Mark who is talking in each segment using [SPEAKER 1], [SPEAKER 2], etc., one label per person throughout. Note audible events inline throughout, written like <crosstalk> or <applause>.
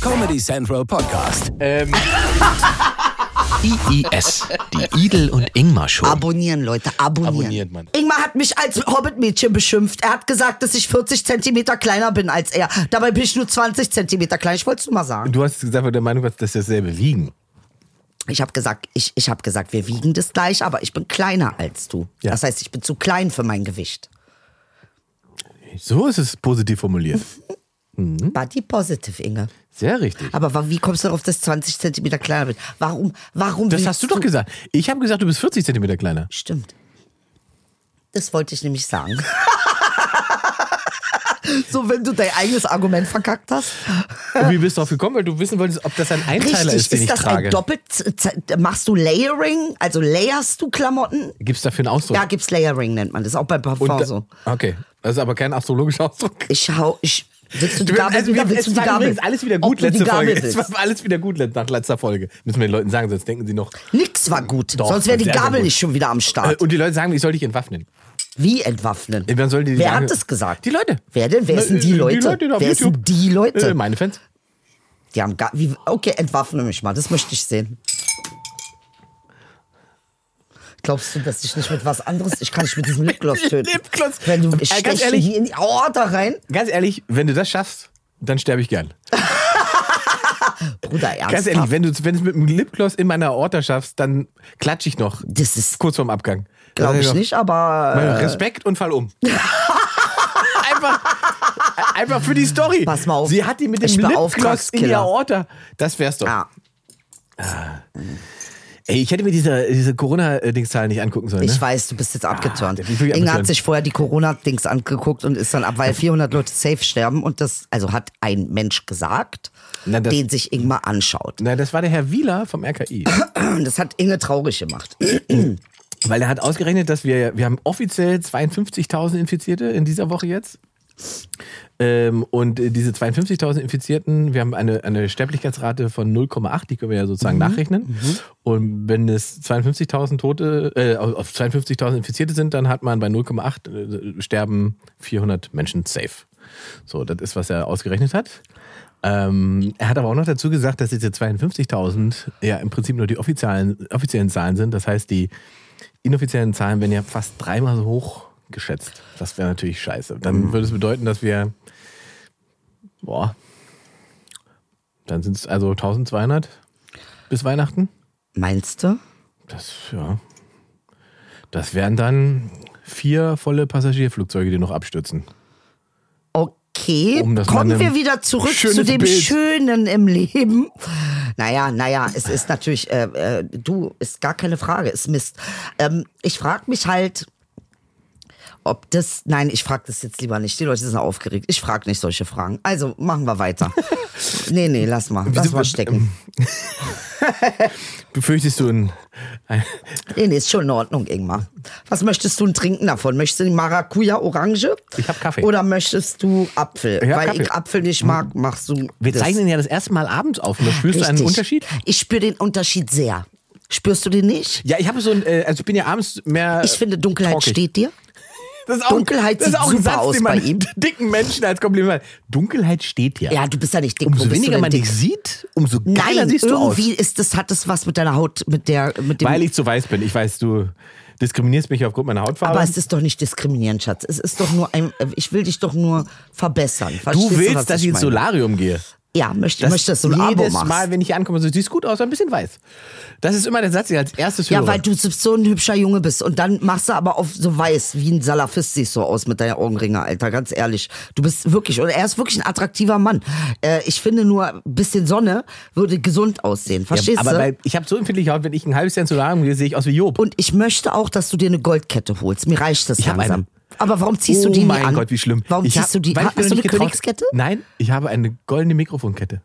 [SPEAKER 1] Comedy Central Podcast.
[SPEAKER 2] Ähm,
[SPEAKER 3] IIS, die Idel und Ingmar Show.
[SPEAKER 4] Abonnieren, Leute, abonnieren.
[SPEAKER 2] Abonniert man.
[SPEAKER 4] Ingmar hat mich als Hobbit-Mädchen beschimpft. Er hat gesagt, dass ich 40 Zentimeter kleiner bin als er. Dabei bin ich nur 20 Zentimeter klein. Ich wollte es nur mal sagen.
[SPEAKER 2] du hast gesagt, weil du der Meinung warst, dass wir dasselbe wiegen.
[SPEAKER 4] Ich habe gesagt, ich, ich hab gesagt, wir wiegen das gleich, aber ich bin kleiner als du.
[SPEAKER 2] Ja.
[SPEAKER 4] Das heißt, ich bin zu klein für mein Gewicht.
[SPEAKER 2] So ist es positiv formuliert. Hm?
[SPEAKER 4] Body positive, Inge.
[SPEAKER 2] Sehr richtig.
[SPEAKER 4] Aber wa- wie kommst du darauf, dass 20 Zentimeter kleiner bin? Warum? Warum?
[SPEAKER 2] Das
[SPEAKER 4] willst
[SPEAKER 2] hast du doch gesagt. Ich habe gesagt, du bist 40 Zentimeter kleiner.
[SPEAKER 4] Stimmt. Das wollte ich nämlich
[SPEAKER 2] <laughs>
[SPEAKER 4] sagen. so, wenn du dein eigenes Argument verkackt hast.
[SPEAKER 2] Und wie bist du darauf gekommen? Weil du wissen wolltest, ob das ein Einteiler
[SPEAKER 4] Richtig,
[SPEAKER 2] ist, den ich
[SPEAKER 4] das
[SPEAKER 2] trage.
[SPEAKER 4] ein Doppel? Machst du Layering? Also layerst du Klamotten?
[SPEAKER 2] Gibt es dafür einen Ausdruck?
[SPEAKER 4] Ja, gibt's Layering, nennt man das. Auch bei Parfum
[SPEAKER 2] Und da-
[SPEAKER 4] so.
[SPEAKER 2] Okay, das ist aber kein astrologischer Ausdruck.
[SPEAKER 4] Ich hau, ich. Willst du die
[SPEAKER 2] Wir-
[SPEAKER 4] Gabel
[SPEAKER 2] also, wir-
[SPEAKER 4] wieder? Willst du
[SPEAKER 2] es
[SPEAKER 4] die
[SPEAKER 2] war
[SPEAKER 4] Gabel?
[SPEAKER 2] übrigens alles wieder
[SPEAKER 4] Ob
[SPEAKER 2] gut
[SPEAKER 4] du die
[SPEAKER 2] letzte
[SPEAKER 4] Gabel
[SPEAKER 2] Folge. Es
[SPEAKER 4] willst.
[SPEAKER 2] war alles wieder gut letzt- nach letzter Folge. Müssen wir den Leuten sagen, sonst denken sie noch.
[SPEAKER 4] Nix war gut.
[SPEAKER 2] Doch,
[SPEAKER 4] Sonst wäre die
[SPEAKER 2] sehr, sehr
[SPEAKER 4] Gabel
[SPEAKER 2] gut.
[SPEAKER 4] nicht schon wieder am
[SPEAKER 2] Äh,
[SPEAKER 4] Start.
[SPEAKER 2] Und die Leute sagen, ich soll dich entwaffnen.
[SPEAKER 4] Wie entwaffnen?
[SPEAKER 2] Äh, wann sollen die
[SPEAKER 4] Wer
[SPEAKER 2] sagen-
[SPEAKER 4] hat das gesagt?
[SPEAKER 2] Die Leute.
[SPEAKER 4] Wer denn? Wer
[SPEAKER 2] Na,
[SPEAKER 4] sind
[SPEAKER 2] äh,
[SPEAKER 4] die Leute?
[SPEAKER 2] Die Leute auf
[SPEAKER 4] Wer
[SPEAKER 2] YouTube.
[SPEAKER 4] sind die Leute?
[SPEAKER 2] Äh, meine Fans.
[SPEAKER 4] Die haben gar. Wie, okay, entwaffne mich mal. Das möchte ich sehen. Glaubst du, dass ich nicht mit was anderes? Ich kann nicht mit
[SPEAKER 2] <laughs>
[SPEAKER 4] diesem Lipgloss töten.
[SPEAKER 2] Lipgloss.
[SPEAKER 4] Wenn du
[SPEAKER 2] Äh,
[SPEAKER 4] ich
[SPEAKER 2] ganz
[SPEAKER 4] steche
[SPEAKER 2] ehrlich.
[SPEAKER 4] hier in die Aua da rein.
[SPEAKER 2] Ganz ehrlich, wenn du das schaffst, dann sterbe ich gern.
[SPEAKER 4] Bruder, ernsthaft.
[SPEAKER 2] Ganz ehrlich, wenn du wenn du es mit einem Lipgloss in meiner Aorta schaffst, dann klatsche ich noch.
[SPEAKER 4] das ist,
[SPEAKER 2] Kurz vorm Abgang. Dann
[SPEAKER 4] glaube
[SPEAKER 2] sag
[SPEAKER 4] ich
[SPEAKER 2] noch,
[SPEAKER 4] nicht, Äh. aber.
[SPEAKER 2] mein Respekt und fall
[SPEAKER 4] <laughs>
[SPEAKER 2] um. einfach, einfach für die Story.
[SPEAKER 4] Pass mal auf.
[SPEAKER 2] Sie hat die mit dem
[SPEAKER 4] Ich bin
[SPEAKER 2] Lipgloss in die
[SPEAKER 4] Auftragskiller.
[SPEAKER 2] Aorta. Das wär's doch.
[SPEAKER 4] Ja,
[SPEAKER 2] Ey, ich hätte mir diese, diese Corona-Dingszahlen nicht angucken sollen.
[SPEAKER 4] ich
[SPEAKER 2] Ne?
[SPEAKER 4] weiß, du bist jetzt abgeturnt.
[SPEAKER 2] der bin ich wirklich
[SPEAKER 4] Inge hat
[SPEAKER 2] abgeturnt.
[SPEAKER 4] sich vorher die Corona-Dings angeguckt und ist dann ab, weil 400 Leute safe sterben und das, also hat ein Mensch gesagt,
[SPEAKER 2] Na, das-
[SPEAKER 4] den sich Ingmar anschaut.
[SPEAKER 2] Na, das war der Herr Wieler vom RKI.
[SPEAKER 4] Das hat Inge traurig gemacht.
[SPEAKER 2] Weil er hat ausgerechnet, dass wir, wir haben offiziell 52.000 Infizierte in dieser Woche jetzt. Ähm, und äh, diese 52.000 Infizierten, wir haben eine, eine Sterblichkeitsrate von 0,8, die können wir ja sozusagen nachrechnen. Und wenn es 52.000 Tote, äh, auf auf 52.000 Infizierte sind, dann hat man bei 0,8 äh, sterben 400 Menschen safe. So, das ist, was er ausgerechnet hat. Ähm, er hat aber auch noch dazu gesagt, dass diese 52.000 ja im Prinzip nur die offiziellen, offiziellen Zahlen sind. Das heißt, die inoffiziellen Zahlen werden ja fast dreimal so hoch geschätzt. Das wäre natürlich scheiße. Dann
[SPEAKER 4] Mhm.
[SPEAKER 2] würde es bedeuten, dass wir. Boah. Dann sind es also 1200 bis Weihnachten.
[SPEAKER 4] Meinst du?
[SPEAKER 2] Das, ja. Das wären dann vier volle Passagierflugzeuge, die noch abstürzen.
[SPEAKER 4] Okay,
[SPEAKER 2] Um das mal
[SPEAKER 4] kommen
[SPEAKER 2] einem
[SPEAKER 4] wir wieder zurück zu
[SPEAKER 2] schönes
[SPEAKER 4] dem
[SPEAKER 2] Bild.
[SPEAKER 4] Schönen im Leben. Naja, naja, es ist natürlich, äh, äh, du, ist gar keine Frage, ist Mist. Ähm, ich frage mich halt, ob das, nein, ich frage das jetzt lieber nicht, die Leute sind aufgeregt, ich frage nicht solche Fragen. Also machen
[SPEAKER 2] <laughs>
[SPEAKER 4] wir weiter. nee, nee, lass mal, lass
[SPEAKER 2] Wieso-
[SPEAKER 4] mal
[SPEAKER 2] ähm.
[SPEAKER 4] stecken.
[SPEAKER 2] Befürchtest du ein. ein
[SPEAKER 4] Nee, nee, ist schon in Ordnung, Ingmar. Was möchtest du denn trinken davon? Möchtest du die Maracuja-Orange?
[SPEAKER 2] Ich hab Kaffee.
[SPEAKER 4] Oder möchtest du Apfel?
[SPEAKER 2] Ich hab
[SPEAKER 4] Weil ich
[SPEAKER 2] Kaffee. Hm.
[SPEAKER 4] Apfel nicht mag, machst du
[SPEAKER 2] wir
[SPEAKER 4] das.
[SPEAKER 2] zeichnen ja das erste Mal abends auf. Ne? Spürst du einen
[SPEAKER 4] Richtig.
[SPEAKER 2] Unterschied?
[SPEAKER 4] Ich spüre den Unterschied sehr. Spürst du den nicht?
[SPEAKER 2] Ja, ich habe so ein. äh, Also ich bin ja abends mehr.
[SPEAKER 4] Ich finde, Dunkelheit
[SPEAKER 2] trockig.
[SPEAKER 4] steht dir.
[SPEAKER 2] Das ist
[SPEAKER 4] Dunkelheit sieht super aus
[SPEAKER 2] den <laughs>
[SPEAKER 4] bei ihm.
[SPEAKER 2] dicken Menschen als Kompliment. Dunkelheit steht ja.
[SPEAKER 4] Ja, du bist ja nicht dick. wo
[SPEAKER 2] umso
[SPEAKER 4] bist du
[SPEAKER 2] weniger
[SPEAKER 4] denn
[SPEAKER 2] man
[SPEAKER 4] dick?
[SPEAKER 2] dich sieht, umso geiler
[SPEAKER 4] Nein,
[SPEAKER 2] siehst du aus.
[SPEAKER 4] irgendwie ist das, hat das was mit deiner Haut, mit der, mit dem.
[SPEAKER 2] Weil ich zu weiß bin. Ich weiß, du diskriminierst mich aufgrund meiner Hautfarbe.
[SPEAKER 4] aber es ist doch nicht diskriminierend, Schatz. Es ist doch nur ein, ich will dich doch nur verbessern. Verstehst
[SPEAKER 2] du willst,
[SPEAKER 4] was
[SPEAKER 2] dass ich ins
[SPEAKER 4] meine?
[SPEAKER 2] Solarium gehe.
[SPEAKER 4] Ja, möchte, das möchte, dass du
[SPEAKER 2] jedes
[SPEAKER 4] ein Abo machst.
[SPEAKER 2] Mal, wenn ich hier ankomme, so, siehst gut aus, ein bisschen weiß. Das ist immer der Satz, den ich als erstes höre.
[SPEAKER 4] ja, weil du so ein hübscher Junge bist. Und dann machst du aber auf so weiß, wie ein Salafist siehst du aus mit deinen Augenringe, Alter. Ganz ehrlich. Du bist wirklich, und er ist wirklich ein attraktiver Mann. Äh, ich finde nur, ein bisschen Sonne würde gesund aussehen. Verstehst
[SPEAKER 2] ja, aber
[SPEAKER 4] du?
[SPEAKER 2] weil ich habe so empfindliche Haut, wenn ich ein halbes Jahr ins Solarium gehe, sehe ich aus wie Job.
[SPEAKER 4] Und ich möchte auch, dass du dir eine Goldkette holst. Mir reicht das
[SPEAKER 2] Ich hab
[SPEAKER 4] langsam.
[SPEAKER 2] eine.
[SPEAKER 4] Aber warum ziehst
[SPEAKER 2] oh
[SPEAKER 4] du die
[SPEAKER 2] mein
[SPEAKER 4] nie an?
[SPEAKER 2] Gott, wie schlimm.
[SPEAKER 4] Warum
[SPEAKER 2] ich
[SPEAKER 4] ziehst
[SPEAKER 2] hab-
[SPEAKER 4] du die
[SPEAKER 2] weil ich
[SPEAKER 4] an?
[SPEAKER 2] mir
[SPEAKER 4] Hast
[SPEAKER 2] noch
[SPEAKER 4] du eine
[SPEAKER 2] nicht getraut-
[SPEAKER 4] Königskette?
[SPEAKER 2] Nein, ich habe eine goldene Mikrofonkette.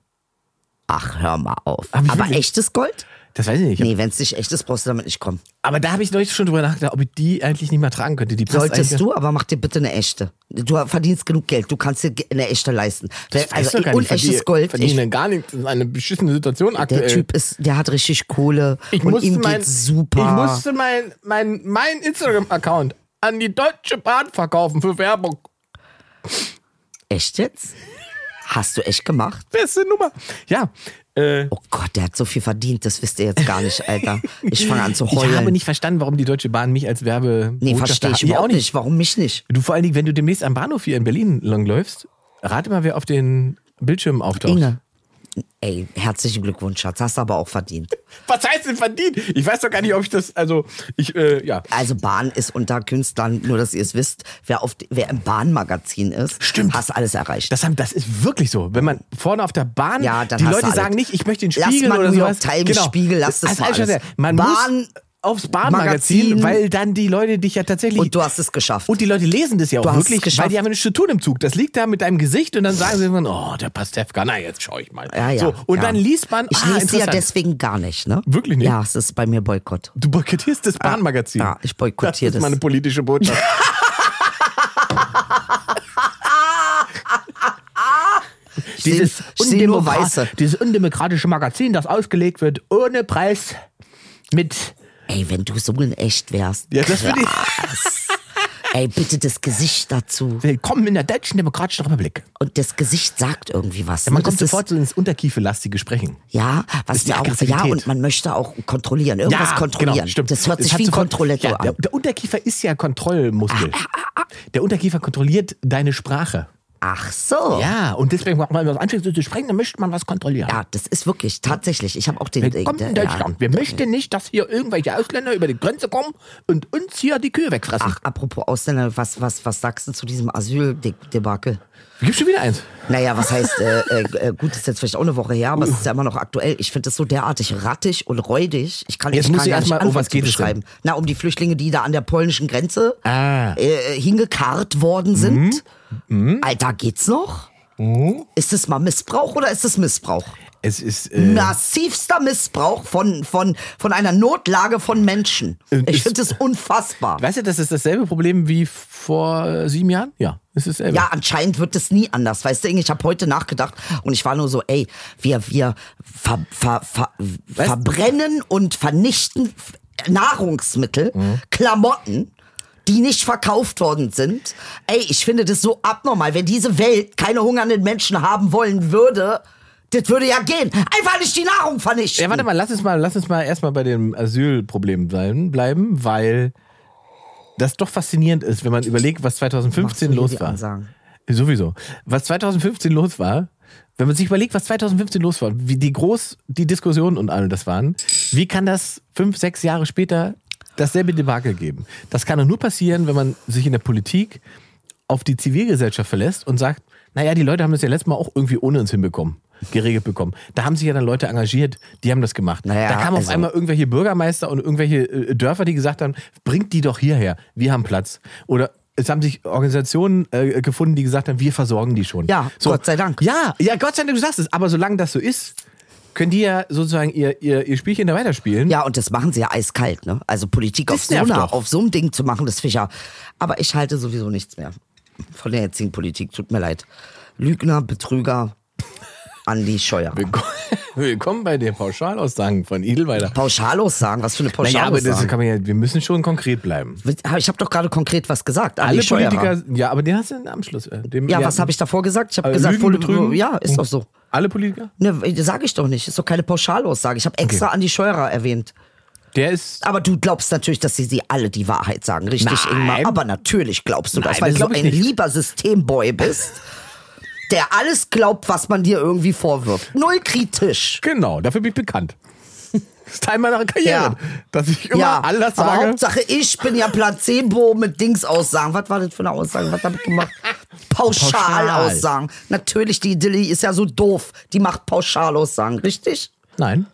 [SPEAKER 4] Ach, hör mal auf.
[SPEAKER 2] Hab ich
[SPEAKER 4] Aber
[SPEAKER 2] wirklich?
[SPEAKER 4] echtes Gold?
[SPEAKER 2] Das weiß ich nicht.
[SPEAKER 4] Nee, wenn es nicht echt ist, brauchst du damit nicht kommen.
[SPEAKER 2] Aber da habe ich neulich schon drüber nachgedacht, ob ich die eigentlich nicht mehr tragen könnte. Die passt
[SPEAKER 4] Solltest
[SPEAKER 2] eigentlich-
[SPEAKER 4] du, aber mach dir bitte eine echte. Du verdienst genug Geld, du kannst dir ge- eine echte leisten.
[SPEAKER 2] Das weiß
[SPEAKER 4] also
[SPEAKER 2] doch gar nicht.
[SPEAKER 4] unechtes
[SPEAKER 2] Verdie-
[SPEAKER 4] Gold. Ich,
[SPEAKER 2] Verdienen dann gar nichts. Das ist eine beschissene Situation aktuell.
[SPEAKER 4] der Typ ist, der hat richtig Kohle
[SPEAKER 2] ich
[SPEAKER 4] und
[SPEAKER 2] musste
[SPEAKER 4] ihm
[SPEAKER 2] mein,
[SPEAKER 4] geht's super.
[SPEAKER 2] Ich musste mein, mein, mein Instagram-Account an die Deutsche Bahn verkaufen für Werbung.
[SPEAKER 4] Echt jetzt? Hast du echt gemacht?
[SPEAKER 2] Beste Nummer. Ja. Äh,
[SPEAKER 4] Oh Gott, der hat so viel verdient, das wisst ihr jetzt gar nicht, Alter. Ich fange an
[SPEAKER 2] <laughs>
[SPEAKER 4] zu
[SPEAKER 2] ich
[SPEAKER 4] heulen.
[SPEAKER 2] habe nicht verstanden, warum die Deutsche Bahn mich als Werbe.
[SPEAKER 4] nee, verstehe ich überhaupt nicht. Warum mich nicht?
[SPEAKER 2] Du vor allen Dingen, wenn du demnächst am Bahnhof hier in Berlin langläufst, rate mal, wer auf den Bildschirmen auftaucht.
[SPEAKER 4] Inge. Ey, herzlichen Glückwunsch, Schatz. Hast aber auch verdient.
[SPEAKER 2] Was heißt denn verdient? Ich weiß doch gar nicht, ob ich das, also, ich, äh, ja.
[SPEAKER 4] Also Bahn ist unter Künstlern, nur dass ihr es wisst, wer, auf, wer im Bahnmagazin ist,
[SPEAKER 2] Stimmt.
[SPEAKER 4] hast alles erreicht.
[SPEAKER 2] Das, haben, das ist wirklich so. Wenn man vorne auf der Bahn,
[SPEAKER 4] Ja, dann
[SPEAKER 2] die
[SPEAKER 4] hast du
[SPEAKER 2] Leute
[SPEAKER 4] alles.
[SPEAKER 2] sagen nicht, ich möchte den
[SPEAKER 4] Lass
[SPEAKER 2] Spiegel
[SPEAKER 4] mal
[SPEAKER 2] oder
[SPEAKER 4] New York
[SPEAKER 2] sowas. Genau.
[SPEAKER 4] Times, Spiegel, lass das
[SPEAKER 2] ist
[SPEAKER 4] mal
[SPEAKER 2] alles.
[SPEAKER 4] alles.
[SPEAKER 2] Man
[SPEAKER 4] Bahn-
[SPEAKER 2] muss aufs Bahnmagazin,
[SPEAKER 4] Magazin.
[SPEAKER 2] weil dann die Leute dich ja tatsächlich
[SPEAKER 4] und du hast es geschafft.
[SPEAKER 2] Und die Leute lesen das ja
[SPEAKER 4] Du
[SPEAKER 2] auch
[SPEAKER 4] hast es
[SPEAKER 2] wirklich, weil
[SPEAKER 4] geschafft.
[SPEAKER 2] die haben ja nichts zu tun im Zug. Das liegt da mit deinem Gesicht und dann sagen sie irgendwann, oh, der Pastewka, na jetzt schaue ich mal.
[SPEAKER 4] ja, ja,
[SPEAKER 2] so, und
[SPEAKER 4] ja.
[SPEAKER 2] dann liest man,
[SPEAKER 4] Ich
[SPEAKER 2] ah,
[SPEAKER 4] lese sie ja
[SPEAKER 2] interessant.
[SPEAKER 4] deswegen gar nicht, ne?
[SPEAKER 2] Wirklich nicht?
[SPEAKER 4] Ja, es ist bei mir Boykott.
[SPEAKER 2] du boykottierst
[SPEAKER 4] Ah,
[SPEAKER 2] das Bahnmagazin.
[SPEAKER 4] ja, ich boykottiere
[SPEAKER 2] Das ist
[SPEAKER 4] das.
[SPEAKER 2] meine politische Botschaft.
[SPEAKER 4] <laughs>
[SPEAKER 2] <laughs>
[SPEAKER 4] Ich sehe seh nur
[SPEAKER 2] undemokra-
[SPEAKER 4] Weiße.
[SPEAKER 2] dieses undemokratische Magazin, das ausgelegt wird ohne Preis mit...
[SPEAKER 4] Ey, wenn du so in echt wärst.
[SPEAKER 2] Ja, das finde ich-
[SPEAKER 4] Krass. Ey, bitte das Gesicht dazu.
[SPEAKER 2] Willkommen in der Deutschen Demokratischen Republik.
[SPEAKER 4] Und das Gesicht sagt irgendwie was.
[SPEAKER 2] Man
[SPEAKER 4] ne?
[SPEAKER 2] kommt
[SPEAKER 4] das ist-
[SPEAKER 2] sofort so ins unterkiefellastige Sprechen.
[SPEAKER 4] Ja, was
[SPEAKER 2] Ist die
[SPEAKER 4] mir auch, ja,
[SPEAKER 2] Aggressivität.
[SPEAKER 4] und man möchte auch kontrollieren, irgendwas kontrollieren.
[SPEAKER 2] Genau, stimmt.
[SPEAKER 4] Das hört
[SPEAKER 2] Es
[SPEAKER 4] sich
[SPEAKER 2] hat
[SPEAKER 4] wie ein
[SPEAKER 2] sofort-
[SPEAKER 4] Kontrolletto
[SPEAKER 2] ja, Der,
[SPEAKER 4] an. Ah,
[SPEAKER 2] der Unterkiefer ist ja Kontrollmuskel. Der Unterkiefer kontrolliert deine Sprache.
[SPEAKER 4] Ach so.
[SPEAKER 2] Ja, und deswegen, wenn man was anfängt so zu sprechen, dann möchte man was kontrollieren.
[SPEAKER 4] Ja, das ist wirklich, tatsächlich. Ich habe auch den.
[SPEAKER 2] Willkommen in
[SPEAKER 4] den- ja.
[SPEAKER 2] Deutschland. Wir möchten nicht, dass hier irgendwelche Ausländer über die Grenze kommen und uns hier die Kühe wegfressen.
[SPEAKER 4] Ach, apropos Ausländer, was, was, was sagst du zu diesem Asyldebakel?
[SPEAKER 2] Gibt's schon wieder eins?
[SPEAKER 4] Naja, was heißt, äh, äh, äh, gut, ist jetzt vielleicht auch eine Woche her, aber es
[SPEAKER 2] Uh.
[SPEAKER 4] ist ja immer noch aktuell. Ich finde das so derartig rattig und räudig. Ich kann,
[SPEAKER 2] Jetzt
[SPEAKER 4] ich
[SPEAKER 2] musst
[SPEAKER 4] kann
[SPEAKER 2] du
[SPEAKER 4] gar
[SPEAKER 2] erst
[SPEAKER 4] nicht
[SPEAKER 2] mal- oh,
[SPEAKER 4] anfangen
[SPEAKER 2] was
[SPEAKER 4] zu
[SPEAKER 2] geht es
[SPEAKER 4] beschreiben. Na, um die Flüchtlinge, die da an der polnischen Grenze
[SPEAKER 2] Ah.
[SPEAKER 4] äh, äh, hingekarrt worden sind.
[SPEAKER 2] Mhm.
[SPEAKER 4] Alter, geht's noch?
[SPEAKER 2] Uh.
[SPEAKER 4] Ist es mal Missbrauch oder ist es Missbrauch?
[SPEAKER 2] Es ist. Äh,
[SPEAKER 4] Massivster Missbrauch von, von, von einer Notlage von Menschen. Ich finde das unfassbar.
[SPEAKER 2] Äh, weißt du, das ist dasselbe Problem wie vor äh, sieben Jahren? Ja, es ist dasselbe.
[SPEAKER 4] Ja, anscheinend wird es nie anders. Weißt du, Inge, ich habe heute nachgedacht und ich war nur so, ey, wir, wir ver, ver, ver, verbrennen und vernichten F- Nahrungsmittel,
[SPEAKER 2] Mhm.
[SPEAKER 4] Klamotten, die nicht verkauft worden sind. Ey, ich finde das so abnormal. Wenn diese Welt keine hungernden Menschen haben wollen würde, das würde ja gehen. Einfach nicht die Nahrung vernichten.
[SPEAKER 2] Ja, warte mal, lass uns mal, lass uns mal erstmal bei dem Asylproblem bleiben, bleiben, weil das doch faszinierend ist, wenn man überlegt, was 2015
[SPEAKER 4] Machst du hier
[SPEAKER 2] los
[SPEAKER 4] die
[SPEAKER 2] war.
[SPEAKER 4] Ansagen?
[SPEAKER 2] Sowieso. Was 2015 los war, wenn man sich überlegt, was 2015 los war, wie die groß die Diskussionen und all das waren, wie kann das fünf, sechs Jahre später dasselbe Debakel geben? Das kann doch nur passieren, wenn man sich in der Politik auf die Zivilgesellschaft verlässt und sagt, naja, die Leute haben das ja letztes Mal auch irgendwie ohne uns hinbekommen, geregelt bekommen. Da haben sich ja dann Leute engagiert, die haben das gemacht.
[SPEAKER 4] Naja,
[SPEAKER 2] da kamen auf
[SPEAKER 4] also-
[SPEAKER 2] einmal irgendwelche Bürgermeister und irgendwelche äh, Dörfer, die gesagt haben, bringt die doch hierher, wir haben Platz. Oder es haben sich Organisationen äh, gefunden, die gesagt haben, wir versorgen die schon.
[SPEAKER 4] Ja, Gott sei Dank.
[SPEAKER 2] Ja, ja, Gott sei Dank, du sagst es. Aber solange das so ist, können die ja sozusagen ihr, ihr, ihr Spielchen da weiterspielen.
[SPEAKER 4] Ja, und das machen sie ja eiskalt, ne? Also Politik auf
[SPEAKER 2] Das
[SPEAKER 4] so,
[SPEAKER 2] nervt
[SPEAKER 4] einer,
[SPEAKER 2] doch.
[SPEAKER 4] auf so einem Ding zu machen, das Fischer. Aber ich halte sowieso nichts mehr von der jetzigen Politik. Tut mir leid. Lügner, Betrüger, Andi Scheuer.
[SPEAKER 2] <laughs> Willkommen bei den Pauschalaussagen von Idelweiler.
[SPEAKER 4] Pauschalaussagen, was für eine
[SPEAKER 2] Naja, aber das
[SPEAKER 4] Pauschalaussagen.
[SPEAKER 2] kann man ja, wir müssen schon konkret bleiben.
[SPEAKER 4] ich habe doch gerade konkret was gesagt. Andi
[SPEAKER 2] Alle
[SPEAKER 4] Scheuer.
[SPEAKER 2] Politiker, ja, aber den hast du am Schluss. äh, Dem,
[SPEAKER 4] Ja, was habe ich davor gesagt? Ich habe
[SPEAKER 2] Äh,
[SPEAKER 4] gesagt,
[SPEAKER 2] Lügen,
[SPEAKER 4] voll-
[SPEAKER 2] betrügen?
[SPEAKER 4] ja, ist doch so.
[SPEAKER 2] Alle Politiker?
[SPEAKER 4] Ne, sage ich doch nicht. Ist doch keine Pauschalaussage. Ich habe extra Andi Scheurer erwähnt.
[SPEAKER 2] Der ist.
[SPEAKER 4] Aber du glaubst natürlich, dass sie, sie alle die Wahrheit sagen, richtig,
[SPEAKER 2] Nein.
[SPEAKER 4] Ingmar? Aber natürlich glaubst du das,
[SPEAKER 2] Nein,
[SPEAKER 4] weil
[SPEAKER 2] das
[SPEAKER 4] du
[SPEAKER 2] glaub ich
[SPEAKER 4] ein
[SPEAKER 2] nicht.
[SPEAKER 4] lieber Systemboy bist, der alles glaubt, was man dir irgendwie vorwirft. Null kritisch.
[SPEAKER 2] Genau, dafür bin ich <laughs> bekannt. Das ist Teil meiner Karriere.
[SPEAKER 4] Ja.
[SPEAKER 2] Dass ich immer
[SPEAKER 4] ja,
[SPEAKER 2] alles
[SPEAKER 4] aber
[SPEAKER 2] sage.
[SPEAKER 4] Hauptsache ich bin ja Placebo mit Dingsaussagen. Was war das für eine Aussage? Was hab ich gemacht? Pauschalaussagen. Natürlich, die Dilly ist ja so doof. Die macht Pauschalaussagen, richtig?
[SPEAKER 2] Nein.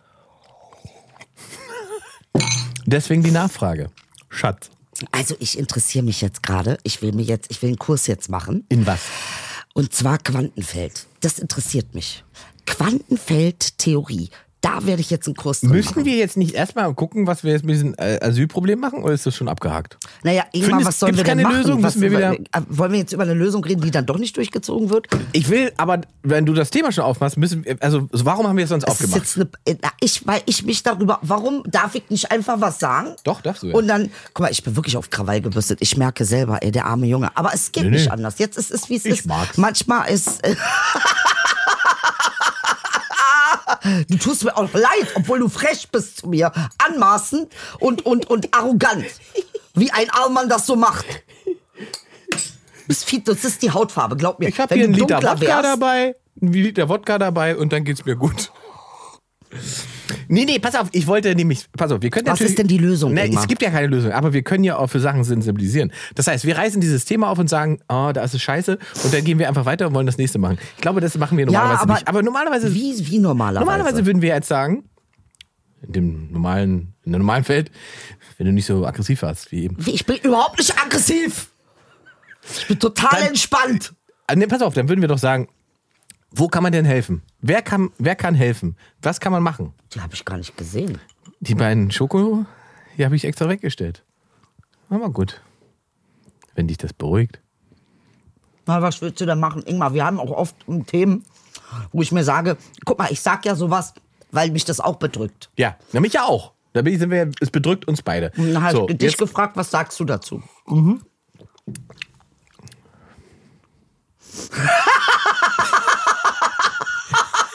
[SPEAKER 2] Deswegen die Nachfrage. Schatz.
[SPEAKER 4] Also ich interessiere mich jetzt gerade. Ich will mir jetzt, ich will einen Kurs jetzt machen.
[SPEAKER 2] In was?
[SPEAKER 4] Und zwar Quantenfeld. Das interessiert mich. Quantenfeldtheorie. Da werde ich jetzt einen Kurs drin
[SPEAKER 2] Müssen
[SPEAKER 4] machen.
[SPEAKER 2] wir jetzt nicht erstmal gucken, was wir jetzt mit diesem äh, Asylproblem machen oder ist das schon abgehakt?
[SPEAKER 4] Naja, Ingmar,
[SPEAKER 2] Findest-
[SPEAKER 4] was sollen wir
[SPEAKER 2] gibt's
[SPEAKER 4] denn
[SPEAKER 2] keine
[SPEAKER 4] machen?
[SPEAKER 2] Lösung?
[SPEAKER 4] was,
[SPEAKER 2] Müssen wir wieder-
[SPEAKER 4] äh, Wollen wir jetzt über eine Lösung reden, die dann doch nicht durchgezogen wird?
[SPEAKER 2] Ich will, aber wenn du das Thema schon aufmachst, müssen wir, also warum haben wir es sonst
[SPEAKER 4] Das ist
[SPEAKER 2] aufgemacht?
[SPEAKER 4] jetzt eine, äh, na, ich, weil ich mich darüber, warum darf ich nicht einfach was sagen?
[SPEAKER 2] Doch, darfst du ja.
[SPEAKER 4] Und dann, guck mal, ich bin wirklich auf Krawall gebürstet. Ich merke selber, ey, der arme Junge. Aber es geht
[SPEAKER 2] nee.
[SPEAKER 4] nicht anders. Jetzt ist es, wie es
[SPEAKER 2] Ich
[SPEAKER 4] ist.
[SPEAKER 2] mag's.
[SPEAKER 4] Manchmal ist, äh, <laughs> Du tust mir auch leid, obwohl du frech bist zu mir. Anmaßend und, und, und arrogant. Wie ein Allmann das so macht. Das ist, viel- das ist die Hautfarbe, glaub mir.
[SPEAKER 2] Ich habe
[SPEAKER 4] Wenn
[SPEAKER 2] hier
[SPEAKER 4] du
[SPEAKER 2] einen Liter
[SPEAKER 4] dunkler
[SPEAKER 2] Wodka
[SPEAKER 4] wärst-
[SPEAKER 2] dabei, einen Liter Wodka dabei und dann geht's mir gut. Nee, nee, pass auf, ich wollte nämlich, pass auf, wir können
[SPEAKER 4] Was
[SPEAKER 2] natürlich...
[SPEAKER 4] ist denn die Lösung,
[SPEAKER 2] Nee,
[SPEAKER 4] Ingmar?
[SPEAKER 2] es gibt ja keine Lösung, aber wir können ja auch für Sachen sensibilisieren. Das heißt, wir reißen dieses Thema auf und sagen, oh, da ist es scheiße und dann gehen wir einfach weiter und wollen das nächste machen. Ich glaube, das machen wir normalerweise
[SPEAKER 4] aber
[SPEAKER 2] nicht. Aber normalerweise...
[SPEAKER 4] Wie, wie normalerweise?
[SPEAKER 2] Normalerweise würden wir jetzt sagen, in dem normalen, in dem normalen Feld, wenn du nicht so aggressiv warst wie eben.
[SPEAKER 4] Wie, Ich bin überhaupt nicht aggressiv. Ich bin total
[SPEAKER 2] Dann-
[SPEAKER 4] entspannt.
[SPEAKER 2] Ah, Nee, pass auf, dann würden wir doch sagen, wo kann man denn helfen? Wer kann, wer kann helfen? Was kann man machen?
[SPEAKER 4] Die habe ich gar nicht gesehen.
[SPEAKER 2] Die beiden Schoko, die habe ich extra weggestellt. Aber gut. Wenn dich das beruhigt.
[SPEAKER 4] Na, was willst du denn machen? Ingmar, wir haben auch oft ähm, Themen, wo ich mir sage, guck mal, ich sag ja sowas, weil mich das auch bedrückt.
[SPEAKER 2] Ja, na mich ja auch. Da bin ich, sind wir, es bedrückt uns beide.
[SPEAKER 4] Und dann habe
[SPEAKER 2] So,
[SPEAKER 4] ich dich
[SPEAKER 2] jetzt,
[SPEAKER 4] gefragt, was sagst du dazu?
[SPEAKER 2] <laughs>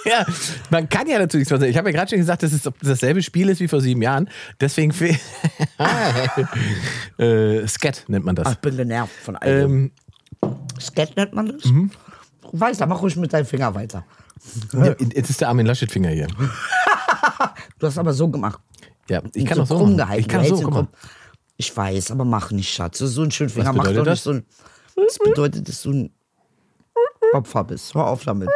[SPEAKER 2] ja, man kann ja natürlich nichts machen. Ich habe ja gerade schon gesagt, dass es dasselbe Spiel ist wie vor sieben Jahren. Deswegen fehl- <laughs> äh, Skat nennt man das.
[SPEAKER 4] Ah, Ich bin genervt von allem.
[SPEAKER 2] Ähm, mhm.
[SPEAKER 4] Skat nennt man das? Weiß, da mach ruhig mit deinem Finger weiter.
[SPEAKER 2] ja, jetzt ist der Armin Laschet-Finger hier.
[SPEAKER 4] Du hast aber so gemacht.
[SPEAKER 2] Ja, ich kann
[SPEAKER 4] so
[SPEAKER 2] auch so.
[SPEAKER 4] krumm
[SPEAKER 2] machen.
[SPEAKER 4] gehalten.
[SPEAKER 2] Ich kann
[SPEAKER 4] Du
[SPEAKER 2] auch so,
[SPEAKER 4] hältst ihn
[SPEAKER 2] guck mal.
[SPEAKER 4] krumm. Ich weiß, aber mach nicht, Schatz. So einen schönen Finger
[SPEAKER 2] Was
[SPEAKER 4] macht doch
[SPEAKER 2] bedeutet
[SPEAKER 4] nicht
[SPEAKER 2] das?
[SPEAKER 4] so ein. Das bedeutet, dass du ein Opfer bist. Hör auf damit.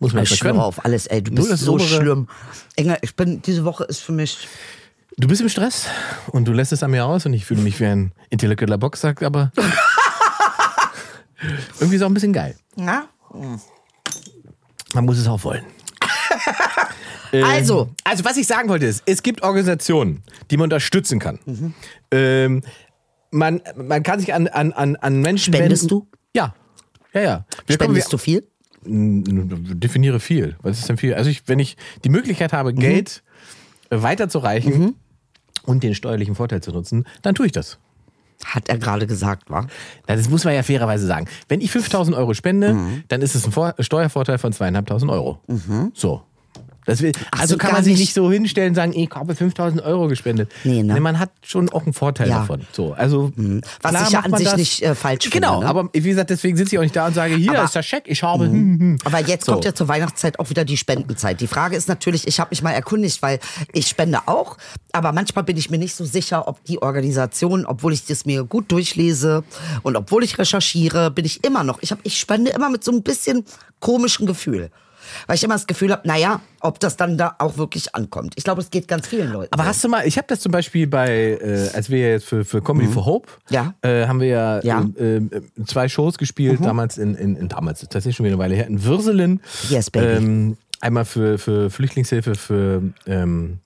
[SPEAKER 2] Muss man erst
[SPEAKER 4] Ich
[SPEAKER 2] mal
[SPEAKER 4] schwöre
[SPEAKER 2] können.
[SPEAKER 4] auf alles, ey. Du
[SPEAKER 2] Nur
[SPEAKER 4] bist
[SPEAKER 2] das
[SPEAKER 4] so
[SPEAKER 2] obere-
[SPEAKER 4] schlimm. Engel, ich bin, diese Woche ist für mich.
[SPEAKER 2] Du bist im Stress und du lässt es an mir aus und ich fühle mich wie ein intellektueller Boxsack, <laughs> aber irgendwie ist auch ein bisschen geil.
[SPEAKER 4] Na?
[SPEAKER 2] Man muss es auch wollen.
[SPEAKER 4] Also,
[SPEAKER 2] Also was ich sagen wollte ist, es gibt Organisationen, die man unterstützen kann. Ähm, man, man kann sich an, an, an, an Menschen
[SPEAKER 4] Spendest
[SPEAKER 2] wenden.
[SPEAKER 4] du?
[SPEAKER 2] Ja. Ja, ja. Wir Oh,
[SPEAKER 4] spendest du viel?
[SPEAKER 2] definiere viel. Was ist denn viel? Also ich, wenn ich die Möglichkeit habe, Geld äh, weiterzureichen und den steuerlichen Vorteil zu nutzen, dann tue ich das.
[SPEAKER 4] Hat er gerade gesagt, war?
[SPEAKER 2] Na, Das muss man ja fairerweise sagen. Wenn ich 5000 Euro spende,
[SPEAKER 4] Mhm.
[SPEAKER 2] dann ist es ein Vor Steuervorteil von 2.500 Euro. So. Das will, also
[SPEAKER 4] so,
[SPEAKER 2] kann
[SPEAKER 4] gar
[SPEAKER 2] man sich
[SPEAKER 4] nicht.
[SPEAKER 2] nicht so hinstellen und sagen, ich habe 5000 Euro gespendet.
[SPEAKER 4] Nee, ne?
[SPEAKER 2] man hat schon auch einen Vorteil
[SPEAKER 4] Ja. Mhm.
[SPEAKER 2] davon. So, also,
[SPEAKER 4] Was
[SPEAKER 2] klar
[SPEAKER 4] ich ja
[SPEAKER 2] macht
[SPEAKER 4] an
[SPEAKER 2] man
[SPEAKER 4] sich
[SPEAKER 2] das.
[SPEAKER 4] nicht, äh, falsch
[SPEAKER 2] Genau,
[SPEAKER 4] finde, ne?
[SPEAKER 2] aber wie gesagt, deswegen sitze ich auch nicht da und sage, hier
[SPEAKER 4] Aber- Mhm.
[SPEAKER 2] ist der Scheck, ich habe. hm, hm.
[SPEAKER 4] Aber jetzt
[SPEAKER 2] So.
[SPEAKER 4] kommt ja zur Weihnachtszeit auch wieder die Spendenzeit. Die Frage ist natürlich, ich habe mich mal erkundigt, weil ich spende auch, aber manchmal bin ich mir nicht so sicher, ob die Organisation, obwohl ich das mir gut durchlese und obwohl ich recherchiere, bin ich immer noch, ich, hab, ich spende immer mit so ein bisschen komischem Gefühl. Weil ich immer das Gefühl habe, naja, ob das dann da auch wirklich ankommt. Ich glaube, es geht ganz vielen Leuten.
[SPEAKER 2] Aber
[SPEAKER 4] so.
[SPEAKER 2] hast du mal, ich habe das zum Beispiel bei, äh, als wir jetzt für, für Comedy for Hope,
[SPEAKER 4] Mhm. Ja.
[SPEAKER 2] äh, haben wir ja,
[SPEAKER 4] Ja. Mhm.
[SPEAKER 2] äh, äh, zwei Shows gespielt, damals in, in, in damals, das ist schon wieder eine Weile her, in Würselen.
[SPEAKER 4] Yes, baby.
[SPEAKER 2] Ähm, einmal für, für Flüchtlingshilfe, für ähm,